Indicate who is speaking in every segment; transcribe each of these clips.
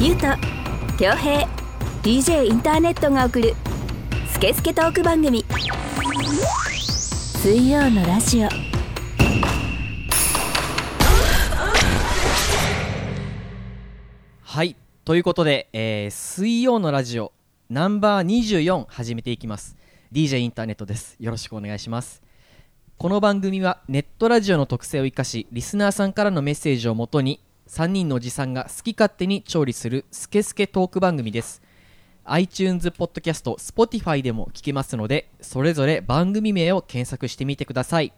Speaker 1: ゆうと恭平 DJ インターネットが送る「スケスケトーク番組」水曜のラジオ
Speaker 2: はいということで、えー水曜のラジオナンバー24始めていきます DJ インターネットですよろしくお願いしますこの番組はネットラジオの特性を生かしリスナーさんからのメッセージをもとに3人のおじさんが好き勝手に調理するスケスケトーク番組です iTunes ポッドキャスト Spotify でも聞けますのでそれぞれ番組名を検索してみてください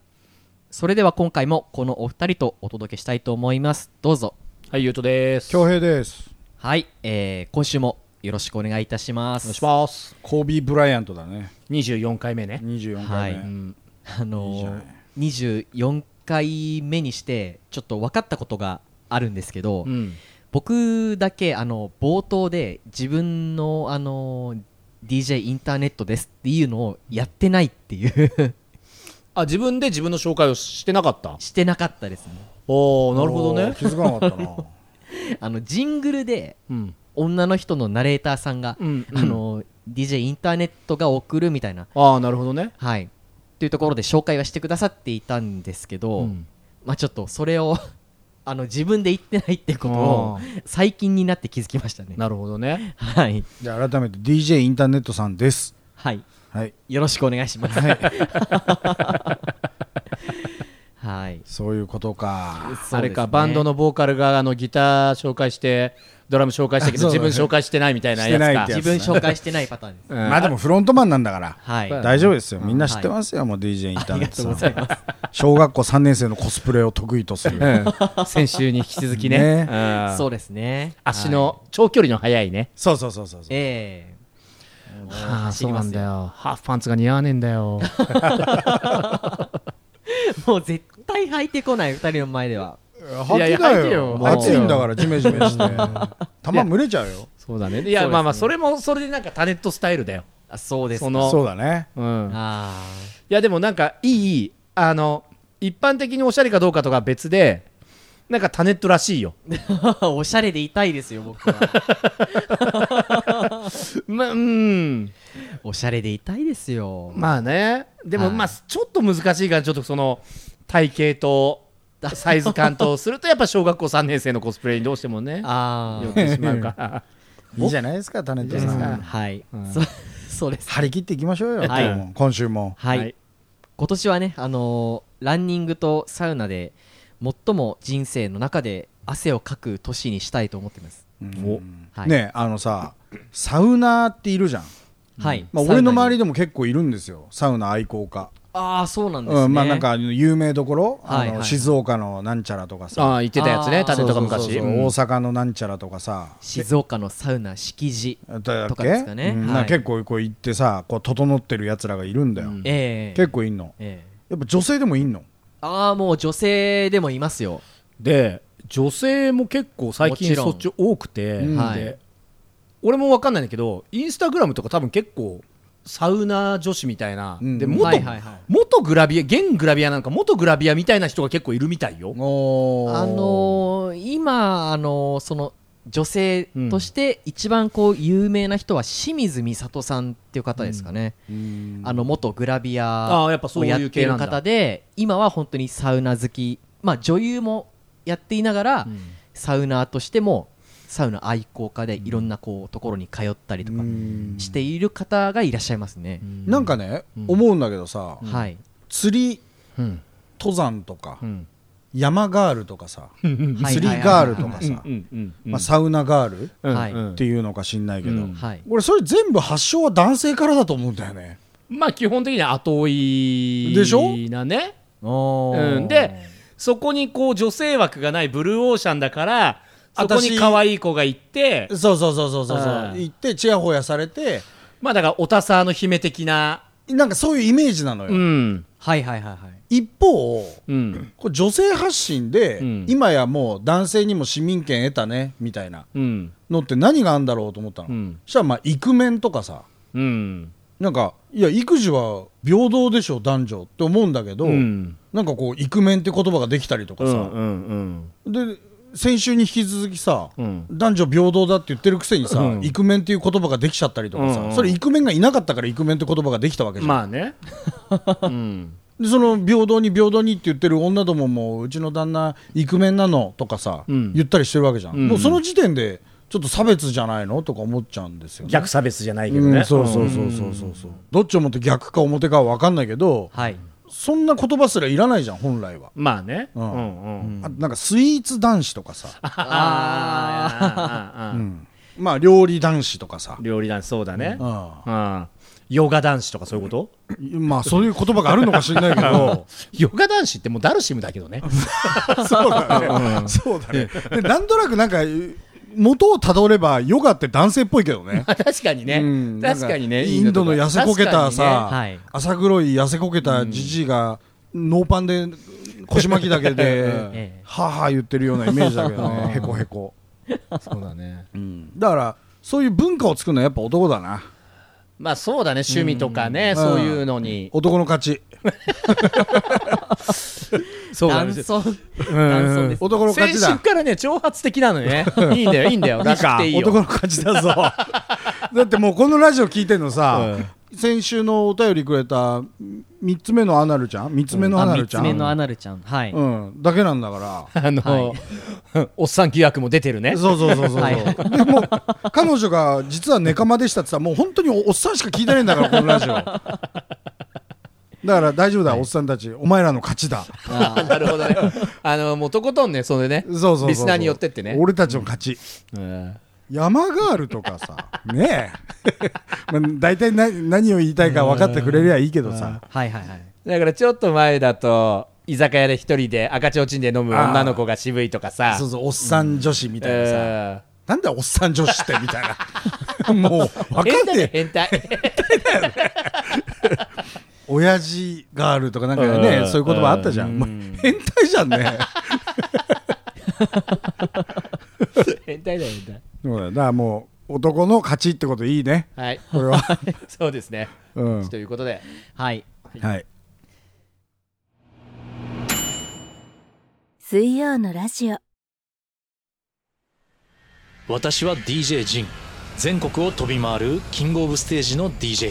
Speaker 2: それでは今回もこのお二人とお届けしたいと思いますどうぞ
Speaker 3: はい、ゆうとです。
Speaker 4: 恭平です
Speaker 2: はい、えー今週もよろしくお願いいたします。
Speaker 3: お願いします。
Speaker 4: コービー・ブライアントだね
Speaker 3: 24回目ね。
Speaker 4: 24回目、
Speaker 2: は
Speaker 3: う
Speaker 2: い
Speaker 3: ん。
Speaker 2: あ
Speaker 4: いいじゃ
Speaker 2: の
Speaker 4: ない
Speaker 2: ー、24回目にしてちょっと分かったことがあるんですけど、
Speaker 3: うん。
Speaker 2: 僕だけあの冒頭で自分のあのー DJ インターネットですっていうのをやってないっていう
Speaker 3: あ、自分で自分の紹介をしてなかった。
Speaker 2: してなかったです
Speaker 3: おおなるほど
Speaker 4: おー
Speaker 3: ね。
Speaker 4: 気づかなかったな
Speaker 2: ね。あのジングルで
Speaker 3: うん。
Speaker 2: 女の人のナレーターさんが、
Speaker 3: うん
Speaker 2: あのー DJ インターネットが送るみたいな
Speaker 3: ああ、なるほどね。
Speaker 2: はいというところで紹介はしてくださっていたんですけど、
Speaker 3: うん
Speaker 2: まあちょっとそれを あの自分で言ってないってことを
Speaker 3: あ
Speaker 2: 最近になって気づきましたね
Speaker 3: なるほどね。
Speaker 2: はい
Speaker 4: じゃあ改めて DJ インターネットさんです
Speaker 2: はい
Speaker 4: はい
Speaker 2: よろしくお願いしますはい、 はい、
Speaker 4: そういうことか
Speaker 2: そうですね
Speaker 3: あれか、バンドのボーカルがあのギター紹介して、ドラム紹介したけ ど、
Speaker 4: そう
Speaker 3: 自
Speaker 4: だね
Speaker 3: 分紹介してないみたいな
Speaker 4: してない
Speaker 3: や
Speaker 4: っ
Speaker 3: つか
Speaker 4: てや
Speaker 2: 自
Speaker 4: つ。
Speaker 2: 分紹介してないパターン です
Speaker 3: うん
Speaker 4: まあでもフロントマンなんだから
Speaker 2: はい
Speaker 3: まあ
Speaker 4: 大丈夫ですよ
Speaker 2: うん
Speaker 4: みんな知ってますよ、もう DJ インターネットさん
Speaker 2: ありがとうございます
Speaker 4: 小学校3年生のコスプレを得意とする、
Speaker 3: うん 先週に引き続きね
Speaker 4: ね。
Speaker 3: うん
Speaker 2: そうですね
Speaker 3: 足
Speaker 2: はい
Speaker 3: の長距離の速いね。
Speaker 4: そうそうそうそうそう
Speaker 2: ええもう
Speaker 3: ああ、
Speaker 2: 走
Speaker 3: そ
Speaker 2: り
Speaker 3: う
Speaker 2: ま
Speaker 3: な
Speaker 2: す
Speaker 3: んだよ。ハーフパンツが似合わねえんだよ。
Speaker 2: もう絶対履いてこない2人の前では
Speaker 4: 履
Speaker 3: いやいや
Speaker 4: き
Speaker 3: 履い
Speaker 4: だ
Speaker 3: て
Speaker 4: よ
Speaker 3: よもう
Speaker 4: 暑いんだからジメジメして玉蒸れちゃうよ
Speaker 3: そうだね。
Speaker 2: そ
Speaker 3: い
Speaker 2: うです
Speaker 3: や、
Speaker 2: ね
Speaker 3: まあまあ、それも、それでなんかタネットスタイルだよ。
Speaker 2: あそうです
Speaker 3: そ
Speaker 2: か
Speaker 3: の、
Speaker 4: そうだね
Speaker 3: うん。
Speaker 2: あ
Speaker 3: いやでもなんかいいいいあの一般的におしゃれかどうかとかは別でなんかタネットらしいよ
Speaker 2: あ おしゃれでいたいですよ僕は
Speaker 3: まうん
Speaker 2: おしゃれでいたいですよ。
Speaker 3: まあねでも
Speaker 2: はい
Speaker 3: まあちょっと難しいからちょっとその体型とサイズ感とするとやっぱ小学校3年生のコスプレにどうしてもね
Speaker 2: あ
Speaker 3: よっ
Speaker 2: ー
Speaker 3: てしまうから
Speaker 4: いいじゃないですかタネット
Speaker 3: いい
Speaker 4: さ
Speaker 3: じゃない
Speaker 4: ん
Speaker 3: です
Speaker 2: はい、
Speaker 3: うん
Speaker 2: そ そうです。
Speaker 4: 張り切っていきましょうよ、
Speaker 2: はい
Speaker 4: 今日も今週も
Speaker 2: はい、今年はね、あのーランニングとサウナで最も人生の中で汗をかく年にしたいと思ってます。
Speaker 3: お
Speaker 2: はい、
Speaker 4: ねえあのさサウナーっているじゃん、
Speaker 2: はい。
Speaker 4: まあ、俺の周り
Speaker 2: で。
Speaker 4: でも結構いるんですよサウナ愛好家、
Speaker 2: ああ、そうなんですね。
Speaker 4: うん、まあなんかあの有名どころ、
Speaker 2: はい
Speaker 4: あ
Speaker 2: は
Speaker 4: の
Speaker 2: い
Speaker 4: 静岡のなんちゃらとか
Speaker 3: あ
Speaker 4: さ
Speaker 3: あ言ってたやつね
Speaker 2: あー
Speaker 3: タネットが
Speaker 4: そうそう
Speaker 3: 昔
Speaker 4: そう
Speaker 3: うん
Speaker 4: 大阪のなんちゃらとかさ
Speaker 2: 静岡のサウナ敷地。
Speaker 4: だっ
Speaker 2: とか
Speaker 4: け
Speaker 2: ですかね
Speaker 4: うん
Speaker 2: はい
Speaker 4: なんか結構こう行ってさこう整ってるやつらがいるんだよ、
Speaker 3: うん
Speaker 2: ええ
Speaker 4: 結構いんの
Speaker 2: ええ
Speaker 4: やっぱ女性でもいんの
Speaker 2: ああ、もう女性でもいますよ。
Speaker 3: で女性も結構最
Speaker 2: も
Speaker 3: 近
Speaker 2: ちろん
Speaker 3: そっち多くて、
Speaker 4: うん
Speaker 3: で
Speaker 2: はい
Speaker 3: 俺も分かんないんだけどインスタグラムとか多分結構サウナ女子みたいな、
Speaker 4: うん
Speaker 3: で
Speaker 4: うん
Speaker 3: 元,、
Speaker 2: はいはいはい
Speaker 3: 元グラビア現グラビアなんか元グラビアみたいな人が結構いるみたいよ、
Speaker 4: お
Speaker 2: あのー今、あのーその女性として一番こう有名な人は清水美里さんっていう方ですかね、あの元グラビア
Speaker 3: あーやっぱそ
Speaker 2: を
Speaker 3: ういう
Speaker 2: やってい
Speaker 3: 系な
Speaker 2: る
Speaker 3: んだ
Speaker 2: 方で今は本当にサウナ好き、まあ、女優もやっていながら、サウナーとしてもサウナ愛好家でいろんなこうところに通ったりとかしている方がいらっしゃいますね、
Speaker 4: なんかね、思うんだけどさ、
Speaker 2: はい
Speaker 4: 釣り
Speaker 3: うん
Speaker 4: 登山とか、
Speaker 3: うん
Speaker 4: 山ガールとかさ、
Speaker 2: はい
Speaker 4: 釣りガールとかさ、
Speaker 3: うんうんうん
Speaker 4: まあ、サウナガール
Speaker 3: うん
Speaker 2: はい
Speaker 3: うん
Speaker 4: っていうのか知んないけど、
Speaker 3: うん
Speaker 2: はい
Speaker 4: 俺それ全部発祥は男性からだと思うんだよね
Speaker 3: まあ基本的には後追い
Speaker 4: でしょ
Speaker 3: なね
Speaker 2: おー
Speaker 3: うんでそこにこう女性枠がないブルーオーシャンだからそこに
Speaker 4: 私
Speaker 3: 可愛い子がいて
Speaker 4: そうそうそうそうそうそ
Speaker 3: あ
Speaker 4: う
Speaker 3: ー
Speaker 4: 行ってちやほやされて
Speaker 3: まあだからおたさの姫的な
Speaker 4: なんかそういうイメージなのよ、
Speaker 3: うん
Speaker 2: はいはいはいはい
Speaker 4: 一方
Speaker 3: うん
Speaker 4: こう女性発信で、
Speaker 3: うん
Speaker 4: 今やもう男性にも市民権得たねみたいな
Speaker 3: うん
Speaker 4: のって何があるんだろうと思ったの、
Speaker 3: うん
Speaker 4: そしたらまあイクメンとかさ
Speaker 3: うん
Speaker 4: なんかいや育児は平等でしょ男女って思うんだけど、
Speaker 3: うん
Speaker 4: なんかこうイクメンって言葉ができたりとか
Speaker 3: う
Speaker 4: さ、
Speaker 3: んうんうん
Speaker 4: で先週に引き続きさ、
Speaker 3: うん
Speaker 4: 男女平等だって言ってるくせにさ、
Speaker 3: うん
Speaker 4: イクメンっていう言葉ができちゃったりとかさ、
Speaker 3: うんうん
Speaker 4: それイクメンがいなかったからイクメンって言葉ができたわけじゃん、
Speaker 3: まあね うん
Speaker 4: でその平等に平等にって言ってる女どももうちの旦那イクメンなのとかさ、
Speaker 3: うん
Speaker 4: 言ったりしてるわけじゃん、
Speaker 3: うん
Speaker 4: もうその時点でちょっと差別じゃないのとか思っちゃうんですよね
Speaker 3: 逆差別じゃないけど
Speaker 4: う
Speaker 3: ね
Speaker 4: んそうそうそうそうそうそうどっちをもって逆か表かは分かんないけど
Speaker 2: はい
Speaker 4: そんな言葉すらいらないじゃん本来は、
Speaker 3: まあね
Speaker 4: うん
Speaker 3: うん
Speaker 4: あなんかスイーツ男子とかさ、
Speaker 3: あ
Speaker 4: う
Speaker 3: ー
Speaker 4: んまあ料理男子とかさ、
Speaker 3: 料理男子そうだね
Speaker 4: う
Speaker 3: うんヨガ男子とかそういうこと
Speaker 4: ん、まあそういう言葉があるのか知らないけど
Speaker 3: ヨガ男子ってもうダルシムだけどね
Speaker 4: そうだね、そうだね でなんとなくなんか元をたどればヨガって男性っぽいけどね
Speaker 3: 確かにね、
Speaker 4: うん
Speaker 3: 確かに
Speaker 4: なん
Speaker 3: ね
Speaker 4: インドの痩せこけた
Speaker 2: 確
Speaker 4: さ、
Speaker 2: かにねはい
Speaker 4: 朝黒い痩せこけたじじいがノーパンで腰巻きだけで
Speaker 2: ええ
Speaker 4: はあはあ言ってるようなイメージだけど ねへこへこ、
Speaker 3: 確かにねそうだね
Speaker 4: だからそういう文化を作るのはやっぱ男だな
Speaker 3: まあそうだね趣味とかね、
Speaker 4: うん
Speaker 3: そういうのに、
Speaker 4: 男の勝ち
Speaker 3: そうだ
Speaker 2: 男
Speaker 3: ね
Speaker 2: 装男装です
Speaker 4: 男の勝
Speaker 3: 先
Speaker 4: ち
Speaker 3: 週
Speaker 4: だ
Speaker 3: からね挑発的なの ねいいんだよいいんだよらしくていいよ
Speaker 4: 男の勝ちだぞ だってもうこのラジオ聞いてんのさ、先週のお便りくれた3つ目のアナルちゃん3つ目のアナルちゃん、
Speaker 2: あ
Speaker 4: う
Speaker 2: 三つ
Speaker 4: ん
Speaker 2: 目のアナルちゃんはい、
Speaker 4: だけなんだか ら
Speaker 3: あの、おっさん疑惑も出てるね
Speaker 4: そうそうそうそう、
Speaker 2: はい
Speaker 4: でもう彼女が実はネカマでしたってさもう本当におおっさんしか聞いてないんだからこのラジオだから大丈夫だ、おっさんたちお前らの勝ちだ
Speaker 3: あなるほどね あのもうとことんねそれね
Speaker 4: そうそうそうそう
Speaker 3: リスナーに寄ってってね、
Speaker 4: 俺たちの勝ち、
Speaker 3: うん
Speaker 4: 山ガールとかさねえ まあ大体な何を言いたいか分かってくれりゃいいけどさ
Speaker 2: はいはいはい
Speaker 3: だからちょっと前だと居酒屋で一人で赤ちょうちんで飲む女の子が渋いとかさ
Speaker 4: そうそうおっさん女子みたいなさ、
Speaker 3: えー
Speaker 4: なんだおっさん女子ってみたい なもう分かん
Speaker 3: 変態
Speaker 4: ねえ
Speaker 3: 変態
Speaker 4: 親父ガールとかなんかね、
Speaker 3: うん
Speaker 4: そういう言葉あったじゃん、まあ変態じゃんね
Speaker 3: 変態だよ変態
Speaker 4: そうだよだからもう男の勝ちってこといいね
Speaker 3: はい
Speaker 4: これ は
Speaker 3: そうですね
Speaker 4: うん
Speaker 3: ということで
Speaker 2: はい
Speaker 4: はい
Speaker 1: 水曜のラジオ
Speaker 5: 私は DJ ジン全国を飛び回るキングオブステージの DJ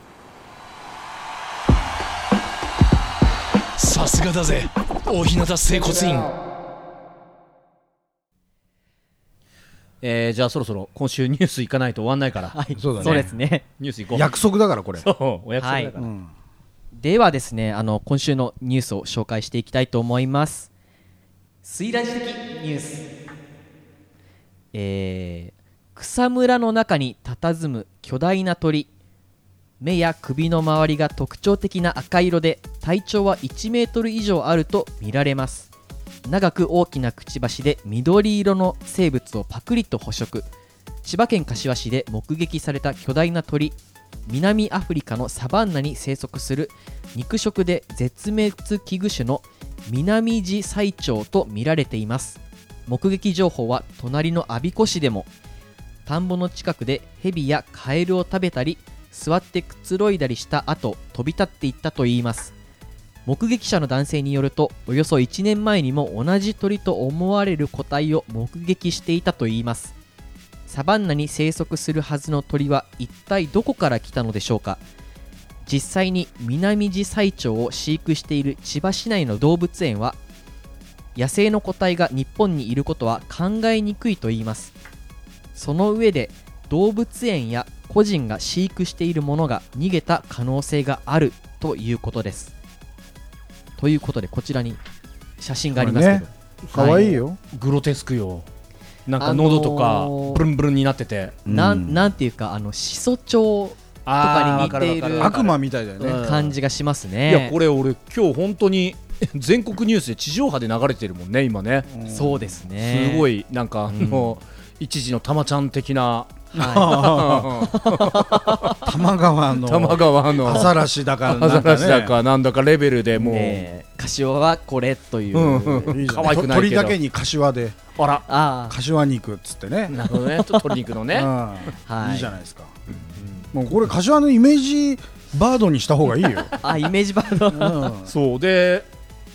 Speaker 5: さすがだぜ大日向整骨院
Speaker 3: えーじゃあそろそろ今週ニュース行かないと終わんないから、
Speaker 4: そうだね
Speaker 2: ですね
Speaker 3: ニュース行こう
Speaker 4: 約束だからこれ
Speaker 3: そうお約束だから、
Speaker 4: うん
Speaker 2: ではですねあの今週のニュースを紹介していきたいと思います水ラジ的ニュースえー草むらの中に佇む巨大な鳥目や首の周りが特徴的な赤色で体長は1メートル以上あると見られます長く大きなくちばしで緑色の生物をパクリと捕食千葉県柏市で目撃された巨大な鳥南アフリカのサバンナに生息する肉食で絶滅危惧種のミナミジサイチョウと見られています目撃情報は隣の我孫子市でも田んぼの近くでヘビやカエルを食べたり座ってくつろいだりした後飛び立っていったといいます目撃者の男性によるとおよそ1年前にも同じ鳥と思われる個体を目撃していたといいますサバンナに生息するはずの鳥は一体どこから来たのでしょうか実際にミナミジサイチョウを飼育している千葉市内の動物園は野生の個体が日本にいることは考えにくいと言いますその上で動物園や個人が飼育しているものが逃げた可能性があるということですということでこちらに写真がありますけど、
Speaker 4: こかわいいよ、
Speaker 3: グロテスクよなんか喉とか
Speaker 2: あのー
Speaker 3: ブルンブルンになってて
Speaker 2: な
Speaker 4: うん
Speaker 2: んなんていうかあのシソチョウ
Speaker 3: あー
Speaker 2: とかに似ている
Speaker 3: わかわかわか
Speaker 4: 悪魔みたいだよね、
Speaker 3: うん
Speaker 2: 感じがします
Speaker 3: い
Speaker 2: ね。
Speaker 3: やこれ俺今日本当に 全国ニュースで地上波で流れてるもんね今ね、
Speaker 2: そうですね
Speaker 3: すご
Speaker 2: い
Speaker 3: いなんかあの、一時のたまちゃん的な
Speaker 4: 多摩川の
Speaker 3: 多摩川の
Speaker 4: アザラシだから
Speaker 3: アザラシだ
Speaker 4: ら
Speaker 3: かなんだかレベルでもう、
Speaker 2: ねえ柏はこれという、
Speaker 3: うん可愛くない
Speaker 4: 鳥
Speaker 3: けど
Speaker 4: だけに柏で
Speaker 3: あら
Speaker 2: あ
Speaker 4: 柏肉っつってね
Speaker 3: なるほどね鶏肉のね
Speaker 4: うん
Speaker 2: はい
Speaker 4: いいじゃないですかもうこれ柏のイメージバードにした方が いいよ
Speaker 2: ああイメージバード、
Speaker 4: うん
Speaker 3: そうで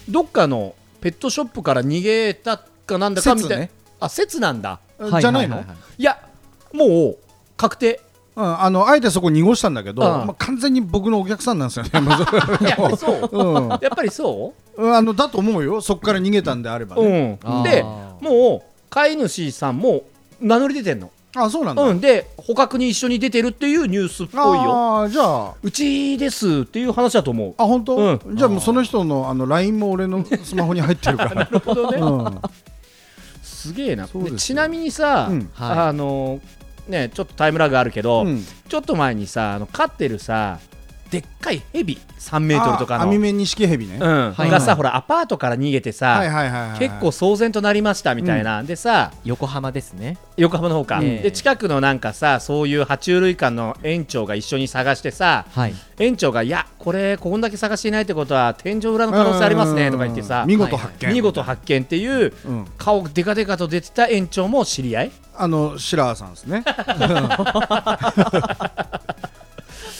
Speaker 3: どっかのペットショップから逃げたかなんだかみたいな、
Speaker 4: 説ね
Speaker 3: あ説なんだ
Speaker 2: は
Speaker 4: じゃないの
Speaker 2: はははい
Speaker 3: やもう確定
Speaker 4: うんあのあえてそこ濁したんだけど
Speaker 3: ああ
Speaker 4: まあ完全に僕のお客さんなんですよねもう
Speaker 3: やっぱり そう
Speaker 4: うん
Speaker 3: やっぱりそ
Speaker 4: うんあのだと思うよそこから逃げたんであれば
Speaker 3: う、う
Speaker 4: ね
Speaker 3: ん
Speaker 2: あー
Speaker 3: でもう飼い主さんも名乗り出てんの
Speaker 4: あそうなんだ
Speaker 3: うんで捕獲に一緒に出てるっていうニュースっぽいよ
Speaker 4: ああじゃあ
Speaker 3: うちですっていう話だと思う
Speaker 4: あ本当、
Speaker 3: う
Speaker 4: じゃあもうその人のあの LINE も俺のスマホに入っ てるからなるほどね、うん
Speaker 3: すげえな
Speaker 4: そうですよ
Speaker 3: でちなみにさ、
Speaker 4: うん
Speaker 2: はい
Speaker 3: あのねちょっとタイムラグあるけど、
Speaker 4: うん
Speaker 3: ちょっと前にさあの飼ってるさでっかいヘビ3メートルとか
Speaker 4: あ
Speaker 3: の、
Speaker 4: 網
Speaker 3: うん
Speaker 4: 目ニシキヘビね、はい
Speaker 3: が
Speaker 2: はい
Speaker 3: さ、
Speaker 2: はい
Speaker 3: ほらアパートから逃げてさ、
Speaker 4: はいはいはい、
Speaker 3: 結構騒然となりましたみたいな、でさ
Speaker 2: 横浜ですね
Speaker 3: 横浜の方か、
Speaker 2: ええ
Speaker 3: で近くのなんかさそういう爬虫類館の園長が一緒に探してさ
Speaker 2: はい
Speaker 3: 園長が「いやこれこんだけ探していないってことは天井裏の可能性ありますね」とか言ってさ
Speaker 4: 見事発見、
Speaker 3: 見事発見っていう
Speaker 4: うん
Speaker 3: 顔デカデカと出てた園長も知り合い
Speaker 4: あのシラーさんで すね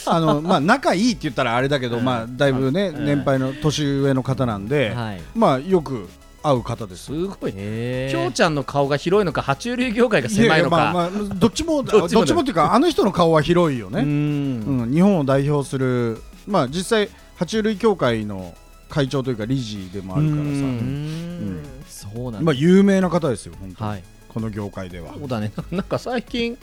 Speaker 4: あのまあ仲いいって言ったらあれだけど、まあだいぶね、
Speaker 3: うん
Speaker 4: 年配の年上の方なんで、
Speaker 2: はい
Speaker 4: まあよく会う方です
Speaker 3: すごいね
Speaker 2: え
Speaker 3: きょうちゃんの顔が広いのか爬虫類業界が
Speaker 4: いや
Speaker 3: 狭い
Speaker 4: い
Speaker 3: のか
Speaker 4: やまあまあどっち も
Speaker 3: どっちもだ
Speaker 4: どっちもっていうかあの人の顔は広いよね
Speaker 3: う、ん
Speaker 4: うん、日本を代表する、まあ、実際、爬虫類協会の会長というか理事でもあるからさ、
Speaker 2: うー
Speaker 3: ん
Speaker 2: んそうなん
Speaker 4: ま
Speaker 2: だ
Speaker 4: あ、有名な方ですよ、本当に、
Speaker 2: はい
Speaker 4: この業界では。
Speaker 3: そうだね なんか最近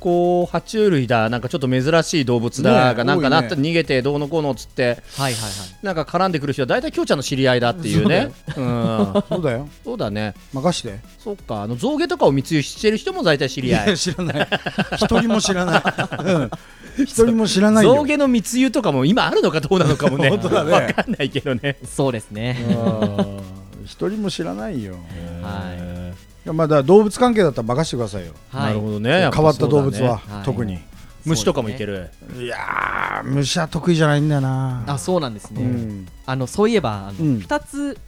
Speaker 3: こう爬虫類だなんかちょっと珍しい動物だ
Speaker 4: ね
Speaker 3: がなんかなった
Speaker 4: 多い
Speaker 3: 逃げてどうのこうのっつって
Speaker 2: はいはいはい
Speaker 3: なんか絡んでくる人は大体きょうちゃんの知り合いだっていうねうん
Speaker 4: そうだよ、
Speaker 3: そうだね
Speaker 4: 任して。
Speaker 3: そっかあの象牙とかを密輸してる人も大体知り合い
Speaker 4: 知らない、一人も知らない、うん一人も知らないよ
Speaker 3: 象。牙の密輸とかも今あるのかどうなのかもね
Speaker 4: 本当だね
Speaker 3: 分かんないけどね
Speaker 2: そうですね
Speaker 4: うん一人も知らないよ。
Speaker 2: はい
Speaker 4: いやまあ、だから動物関係だったら任してくださいよ。
Speaker 2: はい
Speaker 3: なるほどねやっぱ
Speaker 4: 変わった動物は
Speaker 3: そうだね、
Speaker 2: はい
Speaker 4: 特に。
Speaker 3: 虫とかもいける
Speaker 4: いやー、虫は得意じゃないんだよな。
Speaker 2: あそうなんですね、
Speaker 4: うん
Speaker 2: あのそういえばあの、
Speaker 4: うん
Speaker 2: 2つ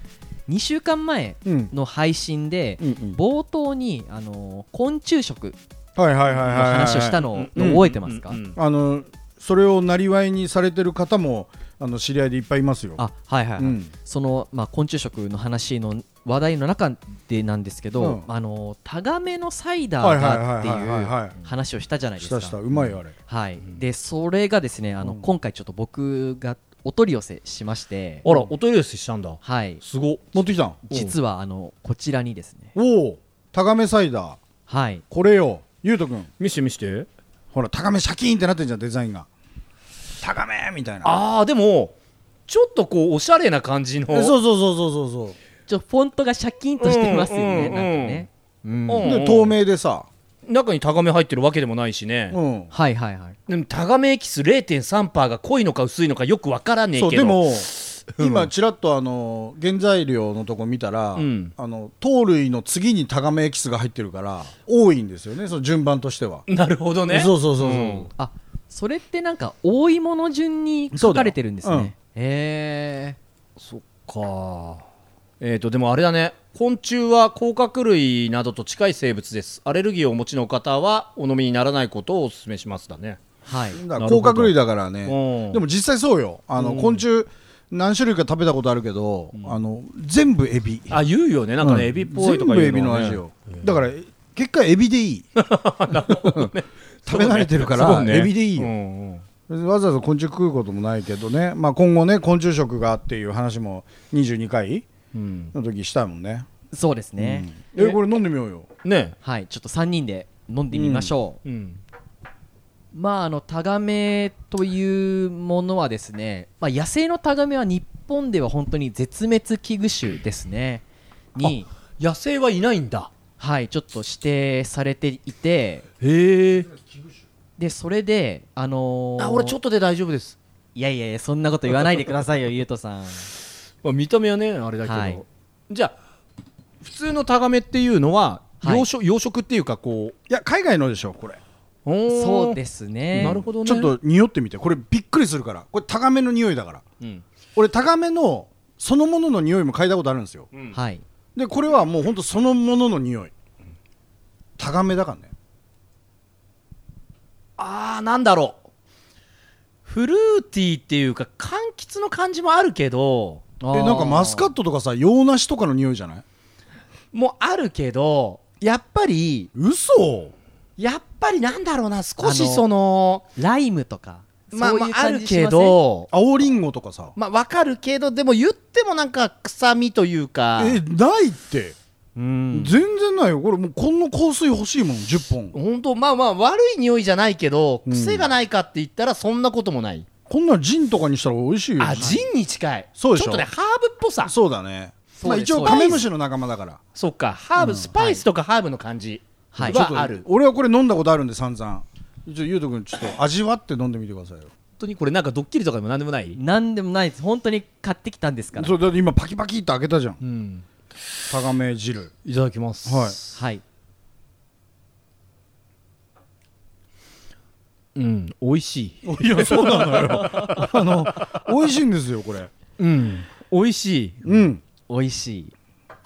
Speaker 2: 2週間前
Speaker 4: うん
Speaker 2: の配信で、
Speaker 4: うんうん
Speaker 2: 冒頭にあの昆虫食
Speaker 4: はいはいはいは
Speaker 2: の
Speaker 4: いはい。
Speaker 2: 話をしたのを覚えてますか、
Speaker 3: うんうん
Speaker 4: あのそれをなりわいにされてる方もあの知り合いでいっぱいいますよ。
Speaker 2: あはいはいはい、
Speaker 4: うん
Speaker 2: その、まあ、昆虫食の話の話題の中でなんですけど、
Speaker 4: うん
Speaker 2: あのタガメのサイダ
Speaker 4: はい
Speaker 2: ー
Speaker 4: はい
Speaker 2: がっ
Speaker 4: は
Speaker 2: て
Speaker 4: いはいはい
Speaker 2: いう
Speaker 4: はい。
Speaker 2: 話をしたじゃないで
Speaker 4: し
Speaker 2: すか
Speaker 4: たしたうまいよあれ。
Speaker 2: はい、でそれがですねあの、
Speaker 4: うん
Speaker 2: 今回ちょっと僕がお取り寄せしまして
Speaker 3: あらおトイレしたんだ
Speaker 2: はい
Speaker 3: すごっ
Speaker 4: 持ってきたん。
Speaker 2: 実はあのこちらにですね
Speaker 4: おお。タガメサイダー
Speaker 2: はい
Speaker 4: これよ。ゆうとくん。
Speaker 3: 見して見して
Speaker 4: ほらタガメシャキーンってなってんじゃんデザインが。タガメみたいな。
Speaker 3: あーでもちょっとこうおしゃれな感じの
Speaker 4: えそうそうそうそうそう
Speaker 2: ちょフォントがシャキンとしてますよね、
Speaker 3: うん
Speaker 2: なんかね、うん
Speaker 3: うん
Speaker 4: そう。で透明でさ。
Speaker 3: 中にタガメ入ってるわけでもないしね、
Speaker 4: うん。
Speaker 2: はいはいはい
Speaker 3: でもタガメエキス0.3%が濃いのか薄いのかよくわからねえ
Speaker 4: そう
Speaker 3: けど
Speaker 4: でも。今ちらっとあの原材料のとこ見たら、
Speaker 3: うん
Speaker 4: あの糖類の次にタガメエキスが入ってるから多いんですよねその順番としては。
Speaker 3: なるほどね
Speaker 4: そうそうそうそう、
Speaker 3: うん
Speaker 2: あそれってなんか多いもの順に書かれてるんです
Speaker 4: そうだよ
Speaker 2: ねへ
Speaker 3: そっかえー、とでもあれだね昆虫は甲殻類などと近い生物ですアレルギーをお持ちの方はお飲みにならないことをお勧めしますだね
Speaker 2: えはい
Speaker 4: だか
Speaker 3: な
Speaker 4: ら
Speaker 3: るほ
Speaker 4: 甲
Speaker 3: ど
Speaker 4: 殻類だからね
Speaker 3: うん
Speaker 4: でも実際そうよあの、昆虫何種類か食べたことあるけど、あの全部エビ
Speaker 3: あ言うよねなんかね、
Speaker 4: うん
Speaker 3: エビっぽいと
Speaker 4: 全
Speaker 3: か
Speaker 4: 部
Speaker 3: 言
Speaker 4: エ
Speaker 3: う
Speaker 4: ビ
Speaker 3: の
Speaker 4: の
Speaker 3: はね
Speaker 4: 味よ、だから結果エビでいい 食べ慣れてるから、
Speaker 3: そうね
Speaker 4: エビでいいよ、
Speaker 3: うんうん
Speaker 4: わざわざ昆虫食うこともないけどね、まあ、今後ね昆虫食がっていう話も22回
Speaker 3: うん
Speaker 4: の時したもんね、
Speaker 2: そうですね、
Speaker 4: えこれ飲んでみようよ
Speaker 3: ね
Speaker 2: はいちょっと3人で飲んでみましょう、
Speaker 3: え、うん、
Speaker 2: まああのタガメというものはですね、まあ、野生のタガメは日本では本当に絶滅危惧種ですねに
Speaker 3: 野生はいないんだ
Speaker 2: はいちょっと指定されていて
Speaker 3: へえ
Speaker 2: でそれであのー
Speaker 3: あ俺ちょっとで大丈夫です
Speaker 2: いやいやいやそんなこと言わないでくださいよゆうとさん
Speaker 3: まあ見た目はねあれだけど、
Speaker 2: はい
Speaker 3: じゃあ普通のタガメっていうのは
Speaker 2: はい
Speaker 3: 養殖、養殖っていうかこ
Speaker 4: いや海外のでしょこれ
Speaker 3: うそ
Speaker 2: そうですね
Speaker 3: なるほどね
Speaker 4: ちょっと匂ってみてこれびっくりするからこれタガメの匂いだから
Speaker 3: うん
Speaker 4: 俺タガメのそのものの匂いも嗅いだことあるんですよ
Speaker 3: うん
Speaker 2: はい
Speaker 4: でこれはもうほんとそのものの匂いタガメだからね
Speaker 3: あーなんだろうフルーティーっていうか柑橘の感じもあるけど
Speaker 2: え
Speaker 4: えなんかマスカットとかさ洋梨とかの匂いじゃない
Speaker 3: もうあるけどやっぱり
Speaker 4: 嘘
Speaker 3: やっぱりなんだろうな少
Speaker 2: あ
Speaker 3: し
Speaker 2: の
Speaker 3: その
Speaker 2: ライムとか
Speaker 3: まあ
Speaker 2: そう
Speaker 3: ま
Speaker 2: いう
Speaker 3: ああ
Speaker 2: 感
Speaker 3: る
Speaker 2: じし
Speaker 3: け
Speaker 2: ません
Speaker 3: ど
Speaker 4: 青りんごとかさ
Speaker 3: まあわかるけどでも言ってもなんか臭みというか
Speaker 4: えないって
Speaker 2: うん
Speaker 4: 全然ないよこれもうこんな香水欲しいもん10本
Speaker 3: 本当まあまあ悪い匂いじゃないけど
Speaker 4: うん
Speaker 3: 癖がないかって言ったらそんなこともない、
Speaker 4: こんなのジンとかにしたら美味しいよ
Speaker 3: あジンに近い
Speaker 4: そうでしょ
Speaker 3: ちょっとねハーブっぽさ
Speaker 4: そうだね
Speaker 2: そう
Speaker 4: まあ
Speaker 2: です
Speaker 4: 一応
Speaker 2: そうです
Speaker 4: カメムシの仲間だから
Speaker 3: そっかハーブ、スパイスとかハーブの感じ
Speaker 2: はい
Speaker 4: ちょっ
Speaker 3: は
Speaker 4: と
Speaker 3: ある、
Speaker 4: 俺はこれ飲んだことあるんで散々ちょゆうとくんちょっと味わって飲んでみてくださいよ
Speaker 3: 本当にこれなんかドッキリとかでもなんでもない
Speaker 2: なんでもないです本当に買ってきたんですから
Speaker 4: そうだって今パキパキって開けたじゃん
Speaker 3: うん
Speaker 4: タガメ汁
Speaker 3: いただきます
Speaker 4: は
Speaker 2: は
Speaker 4: い
Speaker 2: い
Speaker 3: うん美味しい
Speaker 4: いやそうなのよ あの美味しいんですよこれ
Speaker 3: うん美味しい
Speaker 4: うん
Speaker 2: 美味しい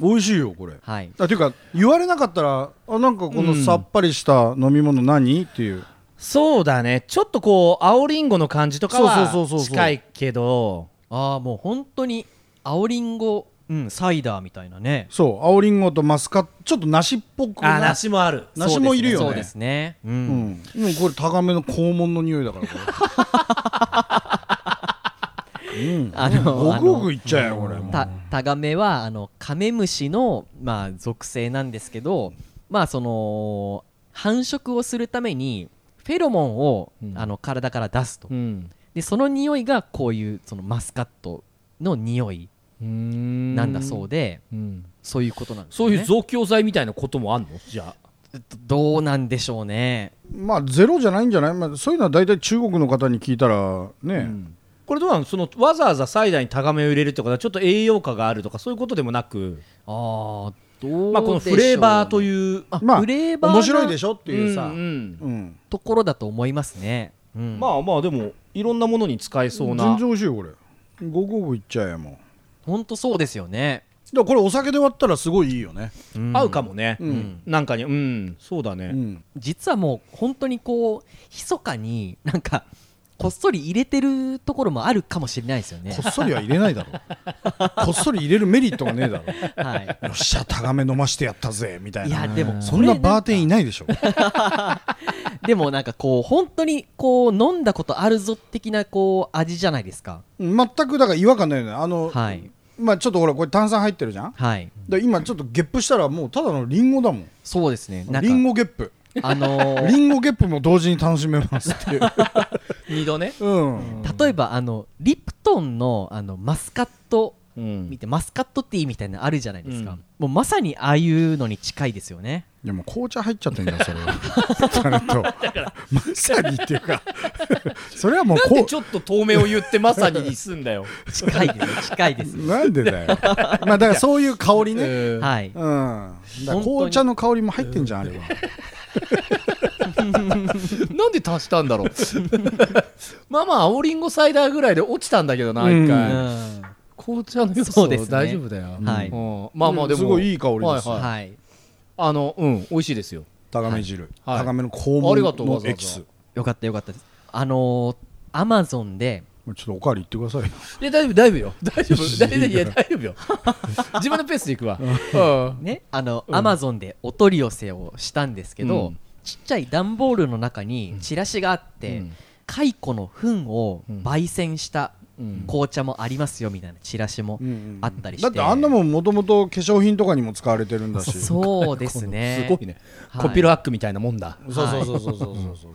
Speaker 4: 美味しいよこれ
Speaker 2: はい
Speaker 4: あていうか言われなかったらあなんかこ
Speaker 3: う
Speaker 4: の
Speaker 3: ん
Speaker 4: さっぱりした飲み物何っていう
Speaker 3: そうだねちょっとこう青りんごの感じとかは
Speaker 4: そうそうそうそうそう
Speaker 3: 近いけど
Speaker 2: ああもう本当に青りんごうんサイダーみたいなね
Speaker 4: そう青りんごとマスカットちょっと梨っぽくな
Speaker 3: あ梨もある
Speaker 4: 梨もいるよね
Speaker 2: そうですねう
Speaker 4: うんん、でもこれタガメの肛門の匂いだからこれうん
Speaker 2: あの
Speaker 4: ごくごく
Speaker 2: あの
Speaker 4: いっちゃえよこれもう
Speaker 2: たタガメはあのカメムシの、まあ、属性なんですけど、まあ、その繁殖をするためにフェロモンを、
Speaker 3: うん
Speaker 2: あの体から出すと、
Speaker 3: うん
Speaker 2: でその匂いがこういうそのマスカットの匂いなんだそう
Speaker 3: で、
Speaker 2: で、
Speaker 3: うん
Speaker 2: そういうことなんです、ね、
Speaker 3: そういう増強剤みたいなこともあんのじゃあ
Speaker 2: どうなんでしょうね
Speaker 4: まあゼロじゃないんじゃない、まあ、そういうのは大体中国の方に聞いたらね、
Speaker 3: これどうなのそのわざわざサイダーにタガメを入れるってことはちょっと栄養価があるとかそういうことでもなく、
Speaker 2: ああどう
Speaker 3: まあ、このフレーバーという
Speaker 2: あ
Speaker 4: まあ
Speaker 2: フレーバーな
Speaker 4: 面白いでしょっていうさ、
Speaker 3: うんうん
Speaker 4: うん
Speaker 2: ところだと思いますね、うん
Speaker 3: まあまあでもいろんなものに使えそうな
Speaker 4: 全然美味しいよこれごくごくいっちゃえよもうだか
Speaker 2: 本当そうですよね、
Speaker 4: らこれお酒で割ったらすごいいいよね
Speaker 2: うん
Speaker 3: 合うかもね、
Speaker 4: うん
Speaker 3: なんかにうんそうだ
Speaker 4: う
Speaker 3: ね、
Speaker 4: ん
Speaker 2: 実はもう本当にこう密かになんかこっそり入れてるところもあるかもしれないですよね
Speaker 4: こっそりは入れないだろ こっそり入れるメリットがねえだろよ
Speaker 2: はい
Speaker 4: っしゃタガメ飲ましてやったぜみたい
Speaker 2: い
Speaker 4: な
Speaker 2: やでも
Speaker 4: そんなバーテンい
Speaker 2: ン
Speaker 4: ないでしょ
Speaker 2: でもなんかこう本当にこう飲んだことあるぞ的なこう味じゃないですか
Speaker 4: 全くだから違和感ないよねあの、
Speaker 2: はい
Speaker 4: まあちょっとほらこれ炭酸入ってるじゃん
Speaker 2: はい
Speaker 4: で今ちょっとゲップしたらもうただのリンゴだもん
Speaker 2: そうですねなんか
Speaker 4: リンゴゲップ
Speaker 2: あのー
Speaker 4: リンゴゲップも同時に楽しめますって いう、
Speaker 3: 二度ね、
Speaker 4: うん、
Speaker 2: 例えばあのリプトンのあのマスカット見てマスカットティーみたいなのあるじゃないですか、
Speaker 3: うん
Speaker 2: もうまさにああいうのに近いですよね
Speaker 4: でもう紅茶入っちゃってんじゃんそれはだからまさにっていうか それはもう
Speaker 3: なん
Speaker 4: こ
Speaker 3: で
Speaker 4: う
Speaker 3: ちょっと透明を言ってまさににすんだよ、
Speaker 2: 近いです近い です
Speaker 4: なんでだよまあだからそういう香りね
Speaker 3: うん
Speaker 2: はい
Speaker 4: うん、だか
Speaker 2: 本
Speaker 4: ら
Speaker 2: 当に
Speaker 4: 紅茶の香りも入ってんじゃんあれは
Speaker 3: なんで足したんだ ろうまあまあ青りんごサイダーぐらいで落ちたんだけどな一
Speaker 2: う
Speaker 3: 回、
Speaker 2: ん
Speaker 3: 紅茶の要
Speaker 2: そ
Speaker 3: 素
Speaker 2: うですね
Speaker 3: 大丈夫だよ、
Speaker 2: はい
Speaker 3: うんまあまあでも
Speaker 4: すごいいい香りです
Speaker 3: はいはい
Speaker 2: はい
Speaker 3: あのうん美味しいですよ
Speaker 4: タガメ汁、
Speaker 3: はい
Speaker 4: タガメの肛
Speaker 3: あ
Speaker 4: 門
Speaker 3: りがとうわ
Speaker 4: の
Speaker 3: ざわざ
Speaker 4: エキス
Speaker 2: よかったよかったですあのアマゾンで
Speaker 4: ちょっとおかわり言ってくださいよ
Speaker 3: いや大丈夫大丈 夫よ大丈夫
Speaker 4: よし
Speaker 3: 大丈夫い
Speaker 4: いい
Speaker 3: や
Speaker 4: か
Speaker 3: 大丈夫よ自分のペースでいくわ、うん
Speaker 2: ねあの
Speaker 3: うん
Speaker 2: アマゾンでお取り寄せをしたんですけど、
Speaker 3: うん
Speaker 2: ちっちゃい段ボールの中にチラシがあって、
Speaker 3: うん
Speaker 2: 蚕の糞を焙煎した
Speaker 3: うん
Speaker 2: 紅茶もありますよみたいなチラシもあったりして、
Speaker 4: だってあんなもんもともと化粧品とかにも使われてるんだし
Speaker 2: そうですね
Speaker 3: すごいね、
Speaker 2: はい
Speaker 3: コピロハックみたいなもんだ
Speaker 4: そうそうそうそうそうそうそう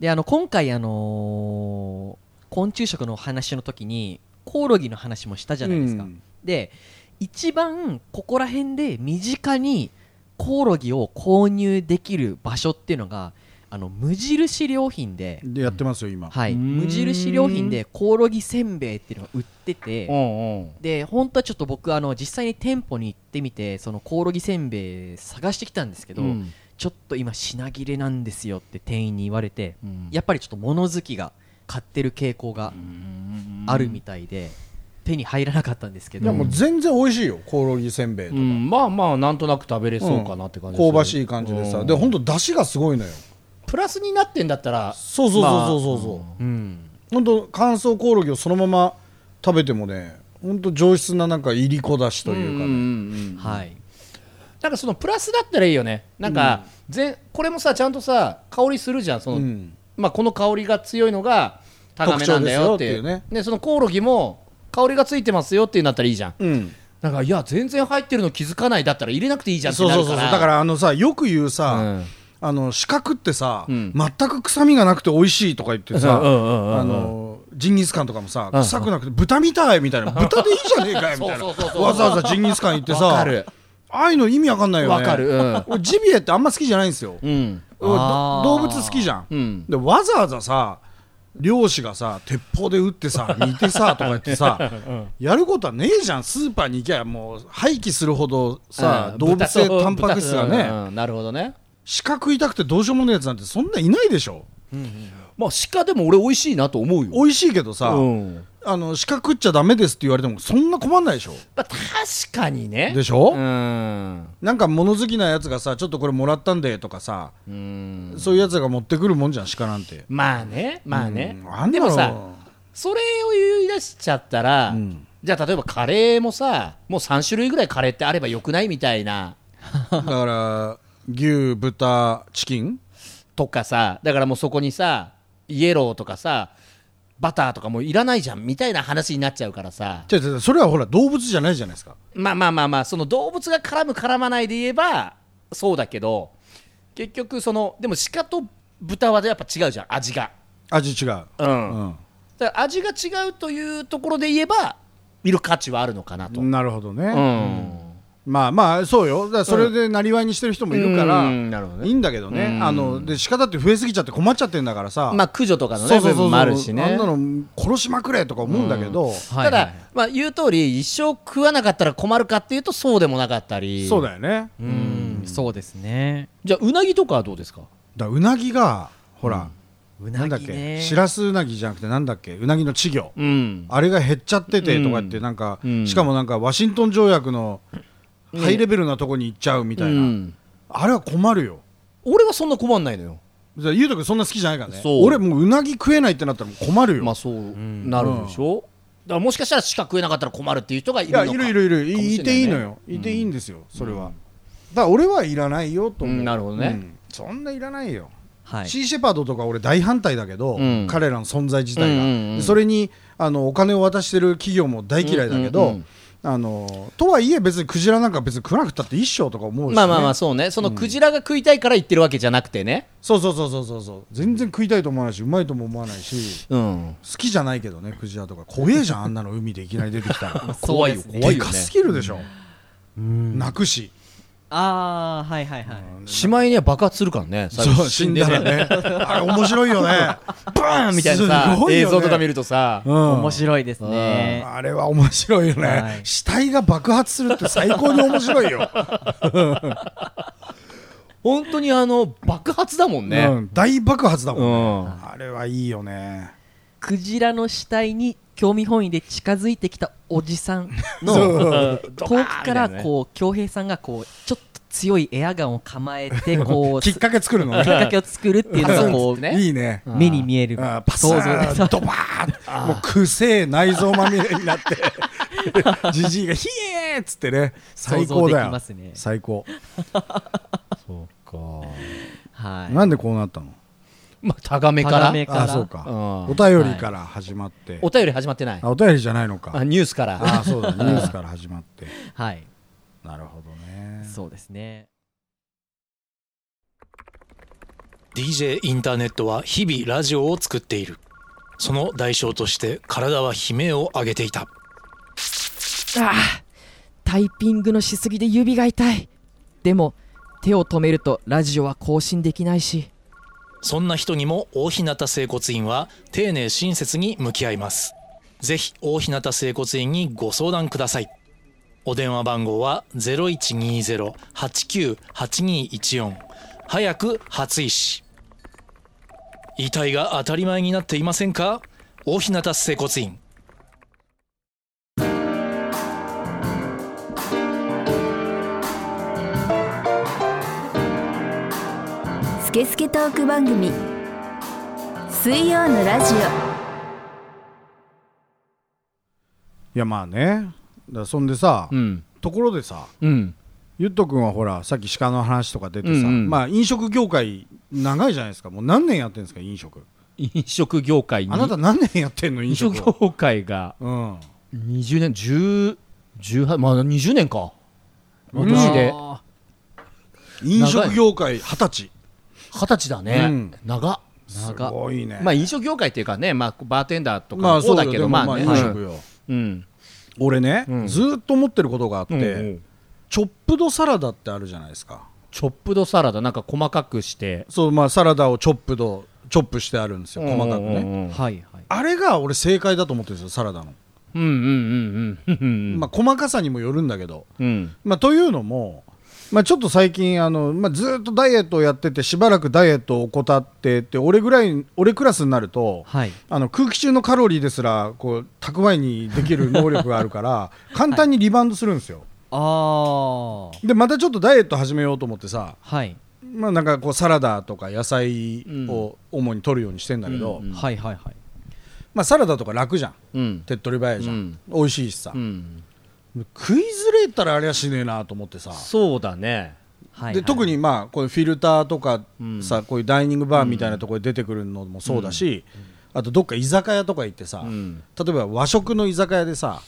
Speaker 2: であの今回、あのー昆虫食のお話の時にコオロギの話もしたじゃないですか、
Speaker 4: うん
Speaker 2: で一番ここら辺で身近にコオロギを購入できる場所っていうのがあの無印良品で、
Speaker 4: でやってますよ今、
Speaker 2: はい、
Speaker 3: うーん
Speaker 2: 無印良品でコオロギせんべいっていうのが売ってて、
Speaker 3: うんうん
Speaker 2: で本当はちょっと僕あの実際に店舗に行ってみてそのコオロギせんべい探してきたんですけど、
Speaker 3: うん
Speaker 2: ちょっと今品切れなんですよって店員に言われて、
Speaker 3: うん
Speaker 2: やっぱりちょっと物好きが買ってる傾向があるみたいで、手に入らなかったんですけ
Speaker 4: いや
Speaker 2: ど
Speaker 4: もう全然美味しいよコオロギせんべいと
Speaker 3: う
Speaker 4: か、
Speaker 3: ん、まあまあなんとなく食べれそうかなって感じ、
Speaker 4: 香ばしい感じでさ、で本当出汁がすごいのよ
Speaker 3: プラスになってんだったら
Speaker 4: そうそうそうそうそうそう、
Speaker 2: うん、
Speaker 4: 本当乾燥コオロギをそのまま食べてもね本当上質ななんかいりこだしと
Speaker 3: と
Speaker 4: い
Speaker 3: いう
Speaker 4: う
Speaker 3: か、
Speaker 4: か、
Speaker 3: ね
Speaker 4: ね
Speaker 2: はい
Speaker 3: なんかそのプラスだったらいいよねなんか、ぜんこれもさちゃんとさ香りするじゃんその、
Speaker 4: うん
Speaker 3: まあ、この香りが強いのが高めなんだよっていう
Speaker 4: 特徴ですよっていう
Speaker 3: ね、そのコオロギも香りがついてますよっていうんだったらいいじゃん
Speaker 4: うん
Speaker 3: なんかいや全然入ってるの気づかないだったら入れなくていいじゃんって
Speaker 4: そう
Speaker 3: な
Speaker 4: そ
Speaker 3: る
Speaker 4: う
Speaker 3: か
Speaker 4: そう
Speaker 3: ら
Speaker 4: だからあのさよく言うさ、
Speaker 3: うん
Speaker 4: あの四角ってさ、
Speaker 3: うん
Speaker 4: 全く臭みがなくて美味しいとか言ってさ、
Speaker 3: うんうんうんうん
Speaker 4: あのジンギスカンとかもさ、
Speaker 3: うん
Speaker 4: 臭くなくて豚みたいみたいな豚でいいじゃねえかよみたいな
Speaker 3: そうそうそうそう
Speaker 4: わざわざジンギスカン行ってさ
Speaker 3: わかる
Speaker 4: ああいうの意味わかんないよね
Speaker 3: わかるうん
Speaker 4: 俺ジビエってあんま好きじゃないんですよ、
Speaker 3: うん
Speaker 4: 俺
Speaker 2: あー
Speaker 4: 動物好きじゃん、
Speaker 3: うん
Speaker 4: でわざわざさ漁師がさ鉄砲で撃っ てさ煮てさとか言ってさ、やることはねえじゃんスーパーに行きゃもう廃棄するほどさ、
Speaker 3: うん
Speaker 4: 動物性
Speaker 3: 豚
Speaker 4: タンパク質がね、
Speaker 3: うんうんなるほどね
Speaker 4: 四角痛くてどうしようもねえやつなんてそんないないでしょ
Speaker 3: まあ鹿でも俺美味しいなと思うよ
Speaker 4: 美味しいけどさ、
Speaker 3: うん
Speaker 4: あの鹿食っちゃダメですって言われてもそんな困んないでしょ
Speaker 3: まあ、確かにね
Speaker 4: でしょ、
Speaker 3: うん
Speaker 4: なんか物好きなやつがさちょっとこれもらったんでとかさ、
Speaker 3: うん
Speaker 4: そういうやつが持ってくるもんじゃん鹿なんて
Speaker 3: まあねまあね
Speaker 4: うんあん
Speaker 3: で
Speaker 4: だろう
Speaker 3: もさそれを言い出しちゃったら、
Speaker 4: ん
Speaker 3: じゃあ例えばカレーもさもう3種類ぐらいカレーってあればよくないみたいな
Speaker 4: だから牛豚チキン
Speaker 3: とかさだからもうそこにさイエローとかさバターとかもういらないじゃんみたいな話になっちゃうからさ
Speaker 4: 違う違う違うそれはほら動物じゃないじゃないですか
Speaker 3: まあまあまあまあその動物が絡む絡まないで言えばそうだけど結局そのでも鹿と豚はやっぱ違うじゃん味が
Speaker 4: 味違う、
Speaker 3: うん
Speaker 4: う
Speaker 3: だから味が違うというところで言えば見る価値はあるのかなと、
Speaker 4: ん、なるほどね、
Speaker 3: うん
Speaker 4: まあまあそうよだからそれでなりわいにしてる人もいるから、
Speaker 3: うんなるほどね
Speaker 4: いいんだけどね、あので鹿だって増えすぎちゃって困っちゃってんだからさ、
Speaker 3: まあ駆除とかの
Speaker 4: そ
Speaker 3: ね
Speaker 4: うそ
Speaker 3: 部
Speaker 4: うそうそう
Speaker 3: 分もあるしね
Speaker 4: あんなの殺しまくれとか思うんだけど、
Speaker 3: ただ、まあ、言う通り一生食わなかったら困るかっていうとそうでもなかったり
Speaker 4: そうだよね
Speaker 2: うん、そうですね
Speaker 3: じゃあうなぎとかはどうですか
Speaker 4: だからうなぎがほら、
Speaker 2: う
Speaker 4: なん
Speaker 2: な
Speaker 4: だっ
Speaker 2: ぎ
Speaker 4: け、
Speaker 2: ね
Speaker 4: しらすうなぎじゃなくてなんだっけうなぎの稚魚、
Speaker 3: うん
Speaker 4: あれが減っちゃっててとかってなんか、
Speaker 3: うん
Speaker 4: しかもなんかワシントン条約のハイレベルなとこに行っちゃうみたいな、
Speaker 3: うん
Speaker 4: あれは困るよ
Speaker 3: 俺はそんな困んないのよ
Speaker 4: じゃあゆうとくんそんな好きじゃないからね
Speaker 3: そう
Speaker 4: 俺もううなぎ食えないってなったらもう困るよ、
Speaker 3: まあそうなるでしょ、だからもしかしたらしか食えなかったら困るっていう人がい
Speaker 4: い
Speaker 3: るの
Speaker 4: や
Speaker 3: か
Speaker 4: いるいるいる
Speaker 3: かも
Speaker 4: い
Speaker 3: しれ
Speaker 4: い
Speaker 3: な
Speaker 4: て
Speaker 3: ね
Speaker 4: いいのよいていいんですよ、それはだから俺はいらないよと思う、
Speaker 3: うんなるほどね
Speaker 4: うんそんないらないよ
Speaker 2: はい
Speaker 4: シーシェパードとか俺大反対だけど、
Speaker 3: うん
Speaker 4: 彼らの存在自体が、
Speaker 3: うんうんうん
Speaker 4: それにあのお金を渡してる企業も大嫌いだけど、
Speaker 3: うんうんうん
Speaker 4: あのとはいえ別にクジラなんか別に食わなくたって一生とか思うし、ね、
Speaker 3: まあまあまあそうねそのクジラが食いたいから言ってるわけじゃなくてね
Speaker 4: そうそうそうそうそうそう全然食いたいと思わないしうまいとも思わないし
Speaker 3: うん
Speaker 4: 好きじゃないけどねクジラとか怖えじゃんあんなの海でいきなり出てきたら
Speaker 3: 怖いよ
Speaker 2: そう
Speaker 3: 怖い
Speaker 4: で
Speaker 3: よ
Speaker 4: か
Speaker 3: ね
Speaker 4: すぎるでしょ、泣くし
Speaker 2: ああはいはいはい、
Speaker 3: しまいには爆発するからね最
Speaker 4: そ
Speaker 3: 後
Speaker 4: う死んだ らねあれ面白いよね
Speaker 3: バーン みたいなさ
Speaker 4: すごいよ
Speaker 3: 映
Speaker 4: ね
Speaker 3: 像とか見るとさ
Speaker 4: うん
Speaker 2: 面白いですね
Speaker 4: あれは面白いよね、
Speaker 2: はい
Speaker 4: 死体が爆発するって最高に面白いよ、
Speaker 3: 本当にあの爆発だもんね、
Speaker 4: うん大爆発だもんね、
Speaker 3: うん
Speaker 4: あれはいいよね
Speaker 2: クジラの死体に興味本位で近づいてきたおじさ ん
Speaker 4: そ
Speaker 2: の遠
Speaker 3: ドカーン
Speaker 2: くから
Speaker 3: みたいなね
Speaker 2: こう恭平さんがこうちょっと強いエアガンを構え てこう
Speaker 4: きっかけ作るの
Speaker 2: きっ
Speaker 4: ね
Speaker 2: かけを作るっていうのがこう
Speaker 3: ね
Speaker 4: いいね
Speaker 2: 目に見える
Speaker 4: あパスー
Speaker 2: 想像
Speaker 4: ンドバーンもうくせえ内臓まみれになって じじいが「ひえー!」っつってね最高だ
Speaker 2: 想像でき
Speaker 4: よ、
Speaker 2: ますね
Speaker 4: 最高
Speaker 3: そうか
Speaker 2: はい
Speaker 4: なんでこうなったの
Speaker 3: まあタガメから
Speaker 2: タガメから
Speaker 4: あそうか
Speaker 3: うん
Speaker 4: お便りから始まって
Speaker 3: お便り始まってない
Speaker 4: あお便りじゃないの
Speaker 3: あ
Speaker 4: か
Speaker 3: ニュースから
Speaker 4: あそうだニュースから始まって
Speaker 2: はい
Speaker 4: なるほどね
Speaker 2: そうですね
Speaker 5: DJ インターネットは日々ラジオを作っているその代償として体は悲鳴を上げていた
Speaker 6: ああタイピングのしすぎで指が痛いでも手を止めるとラジオは更新できないし
Speaker 5: そんな人にも大日向整骨院は丁寧親切に向き合いますぜひ大日向整骨院にご相談くださいお電話番号は0120-89-8214早く初医師遺体が当たり前になっていませんか大日向整骨院
Speaker 1: スケスケトーク番組水曜のラジ
Speaker 4: いやまあねだそんでさ、
Speaker 3: うん
Speaker 4: ところでさ
Speaker 3: うん
Speaker 4: ゆっとくんはほらさっき鹿の話とか出てさ、
Speaker 3: うんうん
Speaker 4: まあ飲食業界長いじゃないですかもう何年やってるんですか飲食
Speaker 3: 飲食業界に
Speaker 4: あなた何年やってんの飲
Speaker 3: 飲
Speaker 4: 食
Speaker 3: 食
Speaker 4: を
Speaker 3: 業界が
Speaker 4: うん
Speaker 6: 20年10 18まあ20年か
Speaker 4: う
Speaker 6: 今
Speaker 4: ん
Speaker 6: 年で
Speaker 4: 飲食業界二十歳
Speaker 6: 二十歳だね、
Speaker 4: うん
Speaker 6: 長っ
Speaker 4: すごいね
Speaker 3: まあ飲食業界っていうかね、まあ、バーテンダーとか
Speaker 4: まあ
Speaker 3: もそ
Speaker 4: そうう
Speaker 3: だ
Speaker 4: だ
Speaker 3: け
Speaker 4: け
Speaker 3: ど
Speaker 4: ど
Speaker 3: ま
Speaker 4: ま
Speaker 3: あ
Speaker 4: あ、
Speaker 3: ね
Speaker 4: 飲食よ、
Speaker 3: うん
Speaker 4: 俺ね、
Speaker 3: うん
Speaker 4: ずーっと思ってることがあって、
Speaker 3: うん
Speaker 4: チョップドサラダってあるじゃないですか
Speaker 3: チョップドサラダなんか細かくして
Speaker 4: そうまあサラダをチョップドチョップしてあるんですよ細かくね、
Speaker 3: ね
Speaker 2: はいはい
Speaker 4: あれが俺正解だと思ってるんですよサラダの、
Speaker 3: うんうんうんうんうん
Speaker 4: まあ細かさにもよるんだけど
Speaker 3: うん
Speaker 4: まあ、というのも、まあ、ちょっと最近あの、まあ、ずーっとダイエットをやっててしばらくダイエットを怠ってって俺ぐらい俺クラスになると
Speaker 2: はい
Speaker 4: あの空気中のカロリーですらこう蓄えにできる能力がある から簡単にリバウンドするんですよ。
Speaker 2: ああ
Speaker 4: でまたちょっとダイエット始めようと思ってさ、
Speaker 2: はい
Speaker 4: まあ、なんかこうサラダとか野菜を主に取るようにしてんだけど、
Speaker 3: うん
Speaker 2: はいはいはい
Speaker 4: まあ、サラダとか楽じゃん
Speaker 3: うん
Speaker 4: 手っ取り早いじゃん、
Speaker 3: うん
Speaker 4: 美味しいしさ、
Speaker 3: うん
Speaker 4: 食いずれたらあれはしねえなと思ってさ
Speaker 3: そうだね
Speaker 2: はいは
Speaker 4: で
Speaker 2: い
Speaker 4: 特にまあこういうフィルターとか
Speaker 3: うん
Speaker 4: さ、こういうダイニングバーみたいなところで出てくるのもそうだし、あとどっか居酒屋とか行ってさ、
Speaker 3: うん
Speaker 4: 例えば和食の居酒屋でさ、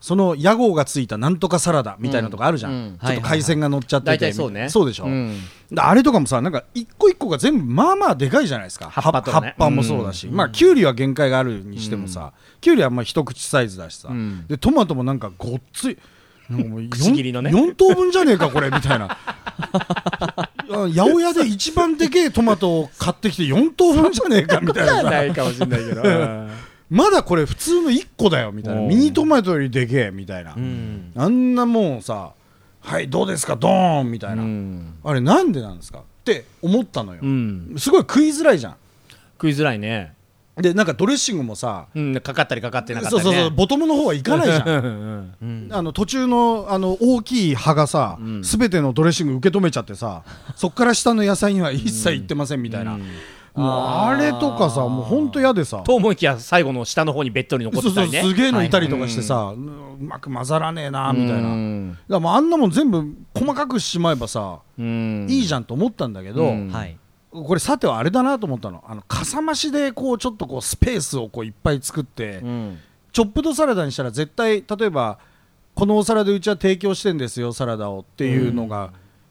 Speaker 4: その屋号がついたなんとかサラダみたいなとこあるじゃん、
Speaker 3: うんうん
Speaker 4: ちょっと海鮮が乗っちゃってて、
Speaker 3: 大体そうね
Speaker 4: そうでしょ、
Speaker 3: ん
Speaker 4: であれとかもさなんか一個一個が全部まあまあでかいじゃないですか
Speaker 3: 葉っぱとかね
Speaker 4: 葉葉っぱもそうだし、まあきゅうりは限界があるにしてもさ、きゅうりはまあ一口サイズだしさ、
Speaker 3: うん
Speaker 4: でトマトもなんかごっついなんかもう
Speaker 3: 口切りのね
Speaker 4: 4, 等分じゃねえかこれみた いなあ八百屋で一番でけえトマトを買ってきて4等分じゃねえかみたいな さ
Speaker 3: ないかもしれないけど
Speaker 4: まだこれ普通の1個だよみたいな
Speaker 3: おう
Speaker 4: ミニトマトよりでけえみたいな、
Speaker 2: うん
Speaker 4: あんなもんさはいどうですかドーンみたいな、
Speaker 3: うん
Speaker 4: あれなんでなんですかって思ったのよ、
Speaker 3: うん
Speaker 4: すごい食いづらいじゃ
Speaker 3: 食いづらいね
Speaker 4: んでなんかドレッシングもさ、
Speaker 3: うんかかったりかかってなかった
Speaker 4: そう
Speaker 3: り
Speaker 4: そうそう
Speaker 3: ね
Speaker 4: ボトムの方はいかないじゃ
Speaker 3: ん
Speaker 4: ん
Speaker 2: うん
Speaker 4: あの途中のあの大きい葉がさ
Speaker 3: ん
Speaker 4: すべ、てのドレッシング受け止めちゃってさそっから下の野菜には一切いってませんみたいな、もうあれとかさもうほんと嫌でさ
Speaker 3: と思いきや最後の下の方にベッドに残っ
Speaker 4: そ
Speaker 3: てた
Speaker 4: うそう
Speaker 3: りね
Speaker 4: すげえのいたりとかしてさ、うんうまく混ざらねえなみたいな、だか
Speaker 3: うん
Speaker 4: らもうあんなもん全部細かくしまえばさ、
Speaker 3: うん
Speaker 4: いいじゃんと思ったんだけど、
Speaker 3: うん
Speaker 2: はい
Speaker 4: これさてはあれだなと思ったのあのかさ増しでこうちょっとこうスペースをこういっぱい作って、
Speaker 3: うん
Speaker 4: チョップドサラダにしたら絶対例えばこのお皿でうちは提供してんですよサラダをっていうのが、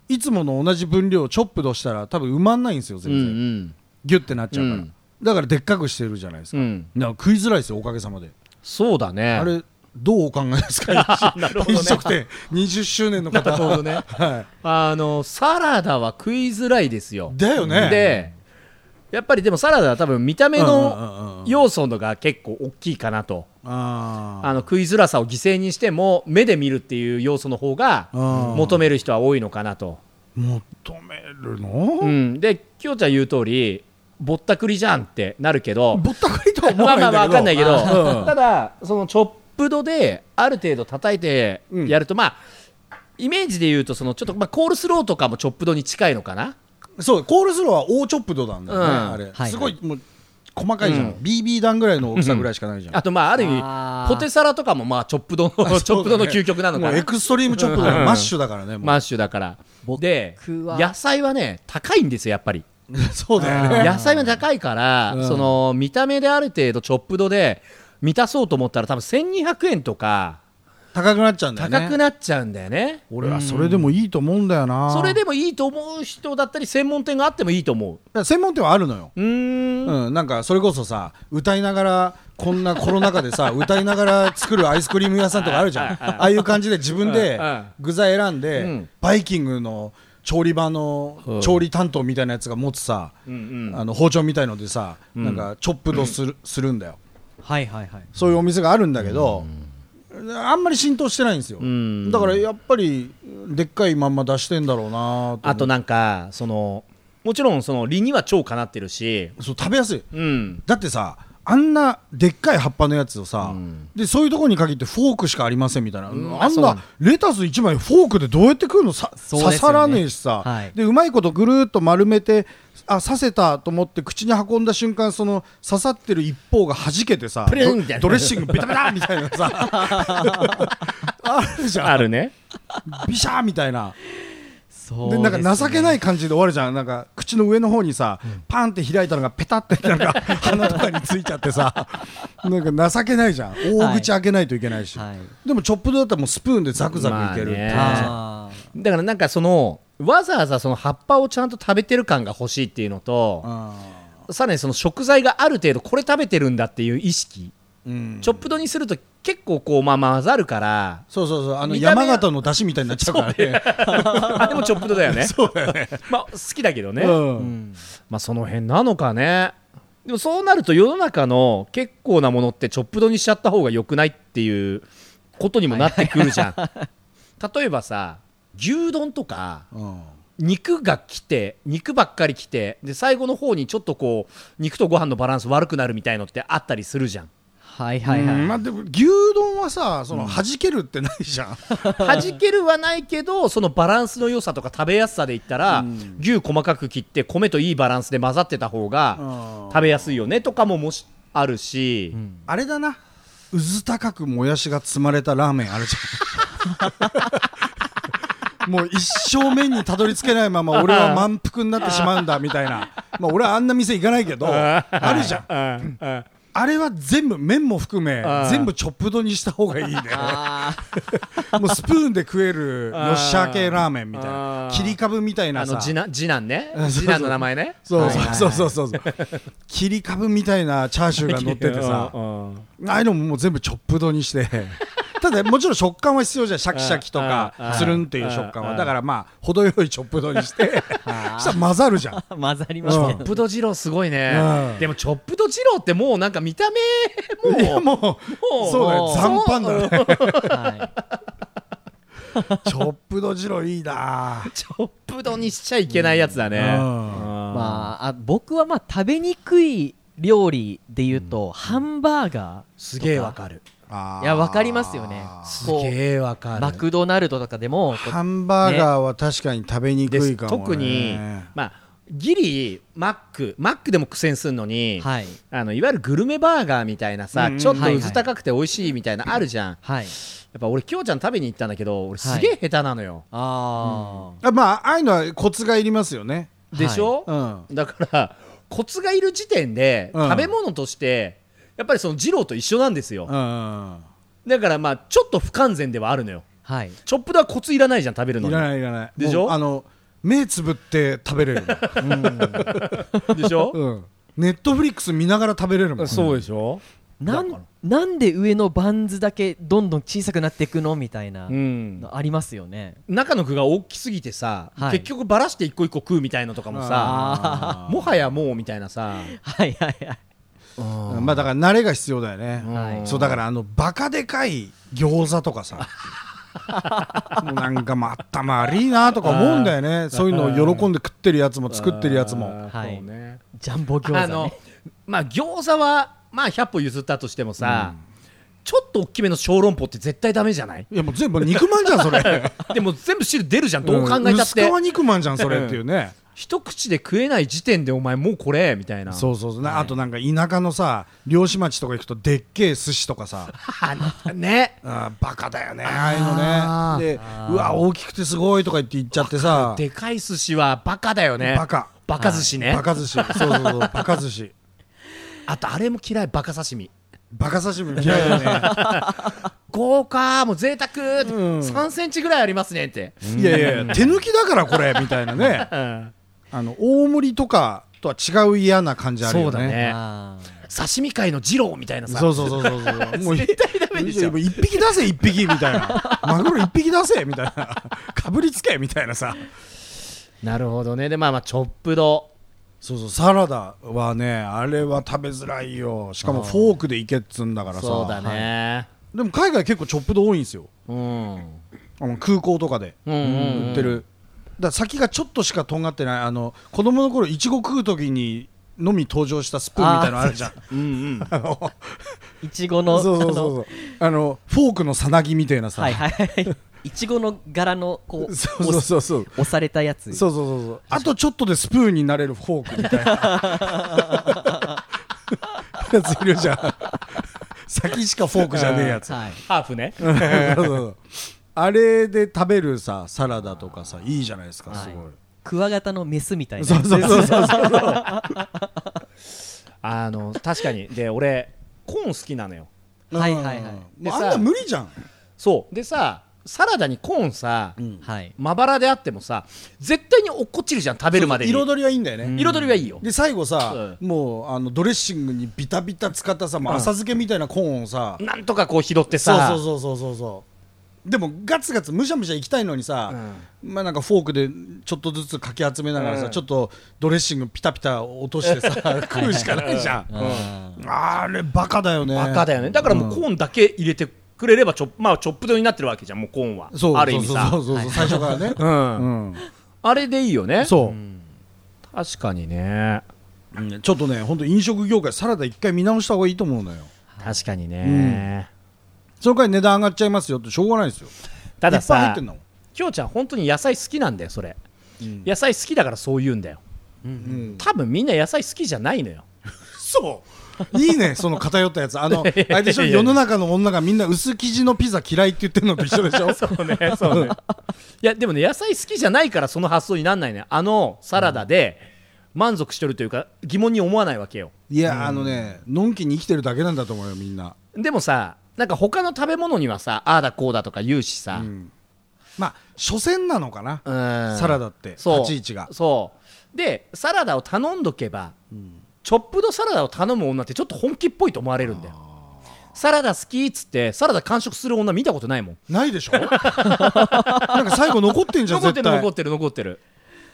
Speaker 4: いつもの同じ分量をチョップドしたら多分埋まんないんですよ
Speaker 3: う
Speaker 4: 全
Speaker 3: んう
Speaker 4: 然、
Speaker 3: ん
Speaker 4: ギュッてなっちゃうから、
Speaker 3: うん
Speaker 4: だからでっかくしてるじゃないですか、
Speaker 3: うん
Speaker 4: だから食いづらいですよおかげさまで、
Speaker 3: そうだね
Speaker 4: あれどうお考えで すか
Speaker 3: なるほどね
Speaker 4: 飲食店20周年の方
Speaker 3: なるほどね
Speaker 4: は
Speaker 3: あのサラダは食いづらいですよ
Speaker 4: い、だよね
Speaker 3: でやっぱりでもサラダは多分見た目
Speaker 4: うんうんうんう
Speaker 3: の
Speaker 4: ん
Speaker 3: 要素のが結構大きいかなと
Speaker 4: あ
Speaker 3: あの食いづらさを犠牲にしても目で見るっていう要素の方が
Speaker 4: うん
Speaker 3: 求める人は多いのかなと、
Speaker 4: ー求める
Speaker 3: う
Speaker 4: の、
Speaker 3: ん、できょうちゃん言う通りぼったくりじゃんってなるけど
Speaker 4: ぼったくりとは思
Speaker 3: ま
Speaker 4: わ
Speaker 3: あまあまあ
Speaker 4: ない
Speaker 3: わかん
Speaker 4: ん
Speaker 3: な
Speaker 4: だ
Speaker 3: い
Speaker 4: け
Speaker 3: け
Speaker 4: ど
Speaker 3: ど、
Speaker 4: うん
Speaker 3: ただそのチョップ度である程度叩いてやると、まあイメージで言うとそのちょっとまあコールスローとかもチョップ度に近いのかな
Speaker 4: そうコールスローはオーチョップドなんだよね、
Speaker 3: うん
Speaker 4: あれ、
Speaker 2: はい
Speaker 4: すごいもう細かいじゃん、
Speaker 3: うん
Speaker 4: BB 弾ぐらいの大きさぐらいしかないじゃん、
Speaker 3: あとまあある意
Speaker 2: あ
Speaker 3: 味
Speaker 2: ー
Speaker 3: ポテサラとかもまあチョップ度のチ
Speaker 4: そうだね
Speaker 3: ョップ度の究極なのか
Speaker 4: もうエ
Speaker 3: な
Speaker 4: クストリームチョップド
Speaker 3: うん
Speaker 4: のマッシュだからね、もう
Speaker 3: マッシュだからで
Speaker 2: は
Speaker 3: 野菜はね高いんですよやっぱり
Speaker 4: そうだよね
Speaker 3: 野菜が高いから、
Speaker 4: うん
Speaker 3: その見た目である程度チョップ度で満たそうと思ったら多分1200円とか
Speaker 4: 高くなっちゃうんだよね
Speaker 3: 高くなっちゃうんだよね
Speaker 4: 俺はそれでもいいと思うんだよな、
Speaker 3: それでもいいと思う人だったり専門店があってもいいと思う
Speaker 4: いや専門店はあるのよ、
Speaker 3: うーん
Speaker 4: うん、なんかそれこそさ歌いながらこんなコロナ禍 でさ歌いながら作るアイスクリーム屋さんとかあるじゃんああいう感じで自分で
Speaker 3: うんうん
Speaker 4: 具材選んで、
Speaker 3: うん
Speaker 4: バイキングの調理場の調理担当みたいなやつが持つさ、
Speaker 3: うん
Speaker 4: あの包丁みたいのでさ、なんかチョップドする,、するんだよ
Speaker 2: はいはいはい
Speaker 4: そういうお店があるんだけど、あんまり浸透してないんですよ、
Speaker 3: ん
Speaker 4: だからやっぱりでっかいまんま出してんだろうな
Speaker 3: あと
Speaker 4: な
Speaker 3: なんかそのもちろんその理には超かなってるし
Speaker 4: そう食べやすい
Speaker 3: うん
Speaker 4: だってさあんなでっかい葉っぱのやつをさ、でそういうとこに限ってフォークしかありませんみたいな、あんなレタス1枚フォークでどうやって食うのさ
Speaker 2: そうですよね
Speaker 4: 刺さらねえしさ、
Speaker 2: はい
Speaker 4: でうまいことぐるーっと丸めてあ刺せたと思って口に運んだ瞬間その刺さってる一方が弾けてさ
Speaker 3: プリンって
Speaker 4: ドドレッシングベタベタみたいなさあるじゃ
Speaker 3: あ
Speaker 4: ん
Speaker 3: るね
Speaker 4: ビシャーみたいな。
Speaker 2: そう
Speaker 4: でなんか情けないい感じで終わるじゃんなんか口の上の方にさ、パンって開いたのがペタってなんか鼻とかについちゃってさなんか情けないじゃん大口開けないといけないし、
Speaker 2: はい
Speaker 4: でもチョップドだったらもうスプーンでザクザクいけるっていう、
Speaker 2: あ
Speaker 3: ま
Speaker 2: ー
Speaker 3: だからなんかそのわざわざその葉っぱをちゃんと食べてる感が欲しいっていうのとさらにその食材がある程度これ食べてるんだっていう意識
Speaker 4: うん
Speaker 3: チョップドにすると結構こうまあ混ざる から
Speaker 4: そうそうそうあの
Speaker 3: 見た目
Speaker 4: 山
Speaker 3: は
Speaker 4: 形の出汁みたいになっちゃうからね
Speaker 3: あでもチョップドだよね そうだよねまあ好きだけどね、
Speaker 4: うん
Speaker 3: まあその辺なのかねでもそうなると世の中の結構なものってチョップドにしちゃった方が良くないっていうことにもなってくるじゃん、 例えばさ牛丼とか
Speaker 4: うん
Speaker 3: 肉が来て肉ばっかり来てで最後の方にちょっとこう肉とご飯のバランス悪くなるみたいのってあったりするじゃん
Speaker 2: はいはいはい、
Speaker 4: うんまあ、でも牛丼はさその弾けるってないじゃん、
Speaker 3: 弾けるはないけどそのバランスの良さとか食べやすさで言ったら、牛細かく切って米といいバランスで混ざってた方
Speaker 4: う
Speaker 3: が
Speaker 4: ん
Speaker 3: 食べやすいよねとかももしあるし、
Speaker 4: あれだなうず高くもやしが積まれたラーメンあるじゃん もう一生麺にたどり着けないまま俺は満腹になってしまうんだみたいなまあ俺はあんな店行かないけどあるじゃんあれは全部麺も含め全部チョップドにした方がいいね もうスプーンで食えるよっしゃー系ラーメンみたいな切り株みたい
Speaker 3: あ
Speaker 4: なさ
Speaker 3: の次男次男ね
Speaker 4: そうそう
Speaker 3: 次男の名前ね
Speaker 4: そうそうそうそうそう切り株みたいなチャーシューが乗っててさ
Speaker 3: うん
Speaker 4: ああいうのももう全部チョップドにしてただもちろん食感は必要じゃんシャキシャキとか
Speaker 3: ああ
Speaker 4: つるんっていう食感
Speaker 3: あ
Speaker 4: は
Speaker 3: あ
Speaker 4: だからまあ程よいチョップドにしてしたら混ざるじゃん
Speaker 2: 混ざりますね、
Speaker 4: うん
Speaker 3: チョップド二郎すごいね、
Speaker 4: うん
Speaker 3: でもチョップド二郎ってもうなんか見た目
Speaker 4: いや
Speaker 3: も
Speaker 4: もうそうだよ残飯だね
Speaker 2: はい
Speaker 4: チョップド二郎いいな
Speaker 3: チョップドにしちゃいけないやつだね、
Speaker 4: うん
Speaker 2: まああ僕はまあ食べにくい料理で言うと、ハンバーガー
Speaker 3: すげえわかる
Speaker 4: あー
Speaker 2: いやわかりますよね
Speaker 3: す
Speaker 2: こう
Speaker 3: げえわかる
Speaker 2: マクドナルドとかでもこう
Speaker 4: ハンバーガーは確かに食べにく
Speaker 3: です
Speaker 4: いかもね
Speaker 3: 特に、まあ、ギリマックマックでも苦戦するのに、
Speaker 2: はい
Speaker 3: あのいわゆるグルメバーガーみたいなさ、
Speaker 4: うんうん
Speaker 3: ちょっとうず高くて美味しいみたいなあるじゃん、
Speaker 2: はい
Speaker 3: やっぱ俺きょうちゃん食べに行ったんだけど俺すげえ下手なのよ、
Speaker 2: あ
Speaker 4: あまあああいうのはコツがいりますよね
Speaker 2: い
Speaker 3: でしょ、
Speaker 4: うん
Speaker 3: だからコツがいる時点で、
Speaker 4: うん
Speaker 3: 食べ物としてやっぱりその二郎と一緒なんですよ、
Speaker 4: うん
Speaker 3: だからまあちょっと不完全ではあるのよ
Speaker 2: あはい
Speaker 3: チョップではコツいらないじゃん食べるの
Speaker 4: い
Speaker 3: に
Speaker 4: らないいらない
Speaker 3: でしょ
Speaker 4: もうあの目つぶって食べれる
Speaker 3: でし ょ、
Speaker 4: うんネットフリックス見ながら食べれるもん
Speaker 3: そうでしょ
Speaker 2: な
Speaker 3: だか
Speaker 2: んなんで上のバンズだけどんどん小さくなっていくのみたいな
Speaker 3: うん
Speaker 2: のありますよね、
Speaker 3: 中の具が大きすぎてさ、
Speaker 2: はい
Speaker 3: 結局ばらして一個一個食うみたいのとかもさもはやもうみたいなさ
Speaker 2: はいはいはい
Speaker 4: うんまあだから慣れが必要だよね、
Speaker 2: はい
Speaker 4: そうだからあのバカでかい餃子とかさもうなんかまあ頭悪いなとか思うんだよねそういうのを喜んで食ってるやつも作ってるやつも
Speaker 2: はい
Speaker 3: そうね
Speaker 2: ジャンボ餃子、ね、
Speaker 3: あのまあ餃子はまあ100歩譲ったとしてもさ、ちょっと大きめの小籠包って絶対ダメじゃない
Speaker 4: いやもう全部肉まんじゃんそれ
Speaker 3: でも全部汁出るじゃんどう考えたっ
Speaker 4: う
Speaker 3: て、
Speaker 4: ん薄皮肉まんじゃんそれっていうね
Speaker 3: 一口で食えない時点でお前もうこれみたいな
Speaker 4: そうそうそう、なあとなんか田舎のさ漁師町とか行くとでっけえ寿司とかさ
Speaker 3: うね
Speaker 4: あーバカだよねああいうのねでうわ大きくてすごいとか言って言っちゃってさ
Speaker 3: でかい寿司はバカだよね
Speaker 4: バカ
Speaker 3: バカ寿司ね、
Speaker 4: バカ寿司そうそう そうバカ寿司
Speaker 3: あとあれも嫌いバカ刺身
Speaker 4: バカ刺身嫌いだね
Speaker 3: 豪華もう贅沢って、3センチぐらいありますねって、
Speaker 4: いやいやいや手抜きだからこれみたいなねあの大盛りとかとは違う嫌な感じあるよね
Speaker 3: そうだね
Speaker 2: あー
Speaker 3: 刺身界の二郎みたいなさ
Speaker 4: そうそうそうそうそうもう絶対ダ
Speaker 3: メでしょ
Speaker 4: 一匹出せ一匹みたいなマグロ一匹出せみたいなかぶりつけみたいなさ
Speaker 3: なるほどねでまあまあチョップド
Speaker 4: そうそうサラダはねあれは食べづらいよしかもフォークでいけっつんだからさ
Speaker 3: そうだね、
Speaker 4: でも海外結構チョップド多いんですよ
Speaker 3: うん
Speaker 4: あの空港とかで
Speaker 3: うんうん
Speaker 4: 売ってる、だから先がちょっとしかとんがってないあの子供の頃いちご食う時にのみ登場したスプーンみたいな のあるじゃん
Speaker 2: いちごの
Speaker 4: そうそうそうそうあのフォークのさなぎみたいな
Speaker 2: あ
Speaker 4: さ、
Speaker 2: のはいはいはいいちごの柄のこう
Speaker 4: そうそうそうそう
Speaker 2: 押されたやつ
Speaker 4: そうそうそうそうあとちょっとでスプーンになれるフォークみたいな やついるじゃん 先しかフォークじゃねえやつ
Speaker 2: はい
Speaker 3: ハーフね
Speaker 4: そうそうあれで食べるさサラダとかさいいじゃないですか
Speaker 2: はい
Speaker 4: すごい、
Speaker 2: クワガタのメスみたいな
Speaker 4: そうそうそうそう
Speaker 3: あの確かにで俺コーン好きなのよ
Speaker 2: はいはいはい
Speaker 4: もう
Speaker 3: で
Speaker 4: あん
Speaker 3: さ
Speaker 4: な無理じゃん
Speaker 3: そうでさサラダにコーンさ、
Speaker 2: はい
Speaker 3: まばらであってもさ絶対に落っこちるじゃん食べるまでに
Speaker 4: 彩りはいいんだよね、
Speaker 3: 彩りはいいよ、
Speaker 4: で最後さ、もうあのドレッシングにビタビタ使ったさ、もう浅漬けみたいなコーンをさ、
Speaker 3: なんとかこう拾って
Speaker 4: そう
Speaker 3: さ
Speaker 4: そうそうそうそうそうでもガツガツむしゃむしゃいきたいのにさ、まあなんかフォークでちょっとずつかき集めながらさ、ちょっとドレッシングピタピタ落として さ食うしかないじゃん、あれバカだよね
Speaker 3: バカだよねだからもうコーンだけ入れてくれればチョップ、まあ、チョップドになってるわけじゃんもうコーンは
Speaker 4: そう
Speaker 3: ある意味さ
Speaker 4: そうそうそうそう最初からね、
Speaker 3: うん
Speaker 4: うん
Speaker 3: あれでいいよね
Speaker 4: そう、
Speaker 3: 確かにね
Speaker 4: うんちょっとね本当飲食業界サラダ一回見直した方がいいと思うのよ
Speaker 3: 確かにね、
Speaker 4: その代わり値段上がっちゃいますよってしょうがないですよ
Speaker 3: ただ
Speaker 4: いっぱい入っ
Speaker 3: さ
Speaker 4: てんだもん
Speaker 3: きょうちゃん本当に野菜好きなんだよそれ、野菜好きだからそう言うんだよ
Speaker 4: うん
Speaker 3: 多分みんな野菜好きじゃないのよ
Speaker 4: そういいねその偏ったやつあの
Speaker 3: やいやいや
Speaker 4: あれでしょ世の中の女がみんな薄生地のピザ嫌いって言ってるのと一緒でし ょ
Speaker 3: そうねそうねいやでもね野菜好きじゃないからその発想になんないねあのサラダで満足してるというか疑問に思わないわけよ
Speaker 4: いやあのねのんきに生きてるだけなんだと思うよみんな
Speaker 3: でもさなんか他の食べ物にはさああだこうだとか言うしさ、
Speaker 4: まあ所詮なのかな
Speaker 3: うん
Speaker 4: サラダって立
Speaker 3: そう
Speaker 4: ち位置が
Speaker 3: そうでサラダを頼んどけば、チョップドサラダを頼む女ってちょっと本気っぽいと思われるんだよサラダ好きっつってサラダ完食する女見たことないもん
Speaker 4: ないでしょ なんか最後残ってんじゃん
Speaker 3: 残ってる残
Speaker 4: 絶対
Speaker 3: ってる残ってる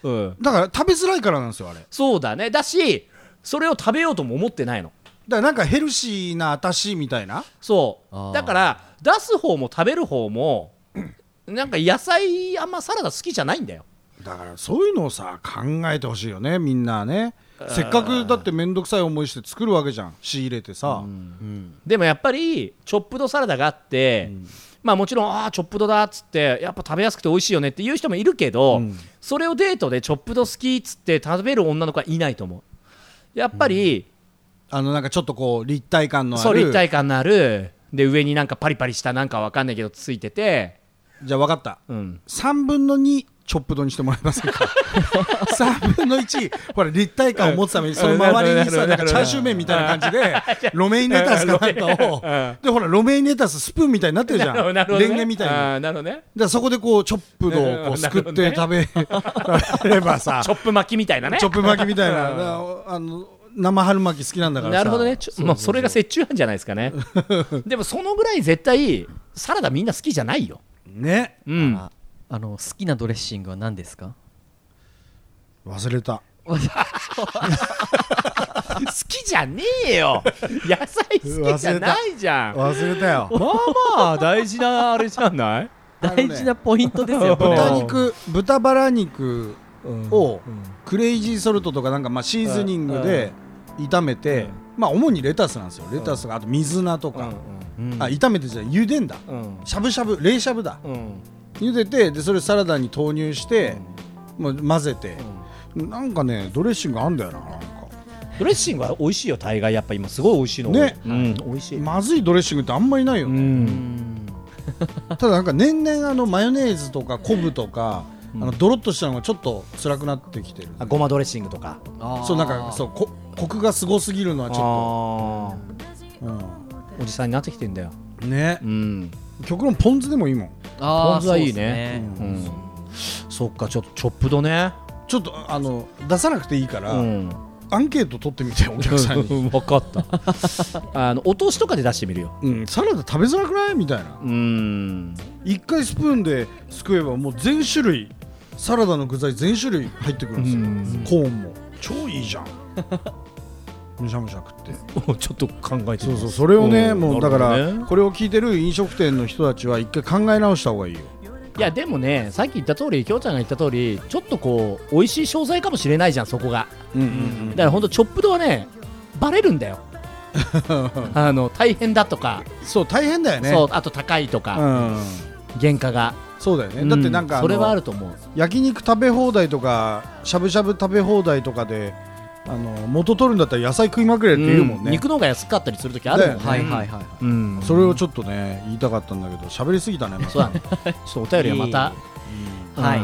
Speaker 3: うん
Speaker 4: だから食べづらいからなんですよあれだか
Speaker 3: そうだねだしそれを食べようとも思ってないの
Speaker 4: らなんかヘルシーなあたしみたいな
Speaker 3: そ
Speaker 2: あー
Speaker 3: うだから出す方も食べる方 もなんか野菜あんまサラダ好きじゃないんだよ
Speaker 4: だからそういうのをさ考えてほしいよねみんなねせっかくだって面倒くさい思いして作るわけじゃん仕入れてさ、
Speaker 3: でもやっぱりチョップドサラダがあって、まあもちろんああチョップドだっつってやっぱ食べやすくて美味しいよねっていう人もいるけど、それをデートでチョップド好きっつって食べる女の子はいないと思うやっぱり、
Speaker 4: あのなんかちょっとこう立体感のあ
Speaker 3: そう
Speaker 4: る
Speaker 3: 立体感のあるで上になんかパリパリしたなんかわかんないけどついてて
Speaker 4: じゃあ分かった
Speaker 3: うん
Speaker 4: 3分の2チョップドにしてもらえません か3分の1ほら立体感を持つためにその周りにさなんかチャーシュー麺みたいな感じでロメインレタスかなんかをでほらロメインレタススプーンみたいになってるじゃ ん
Speaker 3: なるほど
Speaker 4: レ
Speaker 3: ね
Speaker 4: ンゲみたいな
Speaker 3: あーなるほどね
Speaker 4: でそこでこうチョップドをこうすくって食べ食べればさ
Speaker 3: チョップ巻きみたいなね
Speaker 4: チョップ巻きみたいな、なあの生春巻き好きなんだからさ
Speaker 3: なるほどね、ちょもうそれが折衷案じゃないですかね。 でもそのぐらい絶対、サラダみんな好きじゃないよ。
Speaker 4: ね
Speaker 3: うん、
Speaker 2: ああの好きなドレッシングは何です か
Speaker 4: 忘れた
Speaker 3: 好きじゃねえよ、 野菜好きじゃないじゃん。ま
Speaker 4: 忘れたよ
Speaker 3: あまあ、大事なあれじゃない
Speaker 4: あ
Speaker 2: 大
Speaker 4: のね
Speaker 2: 事なポイントですよこれ
Speaker 4: 豚肉豚バラ肉をクレイジーソルトとかなんかまあシーズニングで炒めて、まあ主にレタスなんですよレタスがあと水菜とか、あ炒めてじゃない茹でんだ
Speaker 3: うん、
Speaker 4: しゃぶしゃぶ冷しゃぶだ
Speaker 3: うん、
Speaker 4: 茹でてでそれサラダに投入して、もう混ぜて、なんかねドレッシングあんだよななんか
Speaker 3: ドレッシングは美味しいよ、大概やっぱ今、すごい美味しいの。
Speaker 4: ね
Speaker 3: うん、美味しい。
Speaker 4: まずいドレッシングってあんまりないよね、
Speaker 3: うん、
Speaker 4: ただなんか年々あのマヨネーズとか昆布とか、あのドロッとしたのがちょっと辛くなってきてる
Speaker 3: あごまドレッシングとか。
Speaker 2: あー
Speaker 4: そうなんかそうこコクがすごすぎるのはちょ
Speaker 3: あ
Speaker 4: っと、
Speaker 3: ーおじさんになってきてんだよ。
Speaker 4: うん、ね
Speaker 3: うん、
Speaker 4: 極論ポン酢でもいいもん
Speaker 2: あー
Speaker 3: ポン酢はいいね
Speaker 2: そうっす
Speaker 3: うん、そっか、ちょっとチョップドね。
Speaker 4: ちょっとあの出さなくていいから、
Speaker 3: うん。
Speaker 4: アンケート取ってみてお客さんに、
Speaker 3: 分かった あのお通しとかで出してみるよ
Speaker 4: うん、サラダ食べづらくないみたいな
Speaker 3: うん
Speaker 4: 一回スプーンですくえばもう全種類サラダの具材全種類入ってくるんですよコーンも超いいじゃんむしゃむしゃ食って
Speaker 3: おちょっと考えて
Speaker 4: そうそうそれをね
Speaker 3: ん
Speaker 4: もうだか
Speaker 3: なるほ
Speaker 4: ら
Speaker 3: どね
Speaker 4: これを聞いてる飲食店の人たちは一回考え直した方がいいよ
Speaker 3: いやでもねさっき言った通りきょうちゃんが言った通りちょっとこう美味しい商材かもしれないじゃんそこが
Speaker 4: うん
Speaker 3: だからほんとチョップドはねバレるんだよあの大変だとか、
Speaker 4: そう大変だよね
Speaker 3: そうあと高いと
Speaker 4: う
Speaker 3: か、
Speaker 4: ん
Speaker 3: 原価が
Speaker 4: そうだよねだってなん
Speaker 3: う
Speaker 4: かあ
Speaker 3: それはあ
Speaker 4: の
Speaker 3: ると思う
Speaker 4: 焼肉食べ放題とかしゃぶしゃぶ食べ放題とかであの元取るんだったら野菜食いまくれって言うもん
Speaker 3: うん
Speaker 4: ね
Speaker 3: 肉の方が安かったりする時あるもん
Speaker 4: だよね
Speaker 2: はいはいはい
Speaker 3: うん
Speaker 4: それをちょっとね言いたかったんだけど喋りすぎたねまた
Speaker 3: そうだね ちょっとお便りはまたうん
Speaker 2: はい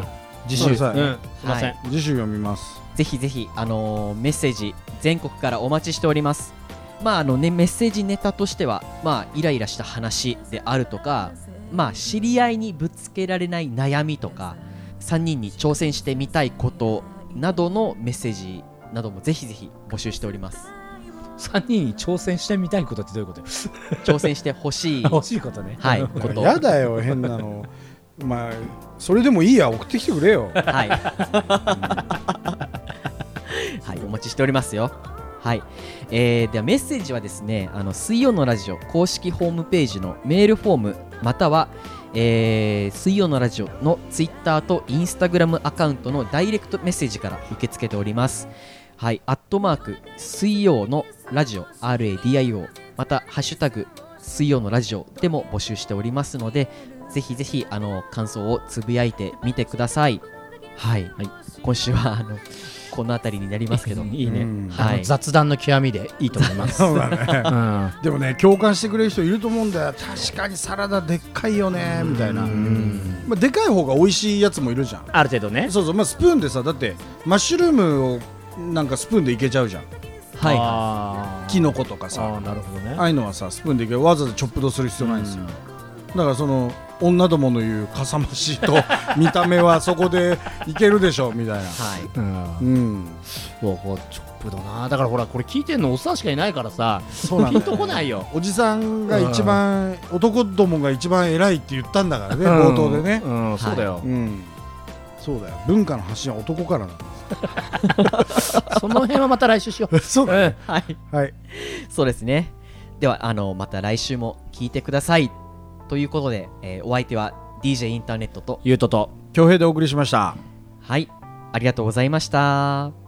Speaker 3: 次週、
Speaker 4: そうですね
Speaker 3: うんすいません、
Speaker 2: は
Speaker 4: 次週読みます
Speaker 2: ぜひぜひ、あのーメッセージ全国からお待ちしております。まああのね、メッセージネタとしては、まあ、イライラした話であるとか、まあ、知り合いにぶつけられない悩みとか3人に挑戦してみたいことなどのメッセージなどもぜひぜひ募集しております
Speaker 7: 3人に挑戦してみたいことってどういうこと
Speaker 2: 挑戦してほし い、
Speaker 7: 欲しいことね
Speaker 2: はい、こと
Speaker 4: やだよ変なのまあそれでもいいや送ってきてくれ よ
Speaker 2: はい、はい、お待ちしておりますよ。はい、えーではメッセージはですね、あの水曜のラジオ公式ホームページのメールフォームまたは、えー水曜のラジオのツイッターとインスタグラムアカウントのダイレクトメッセージから受け付けております。はい、アットマーク水曜のラジオ RADIO またハッシュタグ水曜のラジオでも募集しておりますのでぜひぜひあの感想をつぶやいてみてください。はい、今週はあのこの辺りになりますけど、
Speaker 7: いいね、
Speaker 4: うん
Speaker 2: は
Speaker 7: あ
Speaker 2: い
Speaker 7: の、雑談の極みでいいと思います
Speaker 4: そうだね
Speaker 7: うん
Speaker 4: でもね共感してくれる人いると思うんだよ確かにサラダでっかいよねみたいな、まあ、でかい方が美味しいやつもいるじゃん
Speaker 7: ある程度ね
Speaker 4: そうそう、まあ、スプーンでさだってマッシュルームをなんかスプーンでいけちゃうじゃん
Speaker 2: はい、は
Speaker 7: あー
Speaker 4: キノコとか
Speaker 7: あ
Speaker 4: さ
Speaker 7: ーなるほどね
Speaker 4: ああいうのはさスプーンでいけわざわざチョップドする必要ないんですよ、だからその女どもの言うかさ増しと見た目はそこでいけるでしょみたいな、
Speaker 2: い、
Speaker 7: うん
Speaker 4: うん
Speaker 7: そうこうチョップだなだからほらこれ聞いてんのおっさんしかいないからさ
Speaker 4: そうなんだ
Speaker 7: ピ
Speaker 4: よ
Speaker 7: ンとこないよ
Speaker 4: おじさんが一番男どもが一番偉いって言ったんだからね冒頭でね
Speaker 7: うん、うんそうだよ、
Speaker 4: うんそうだよ文化の発信は男からなんだ
Speaker 7: その辺はまた来週しよう
Speaker 4: そうだ
Speaker 7: うん
Speaker 2: はい、
Speaker 4: はい
Speaker 2: そうですね。ではあのまた来週も聞いてくださいということで、えーお相手は DJ インターネットと
Speaker 7: ゆうとと
Speaker 4: 恭平でお送りしました
Speaker 2: はい、ありがとうございました。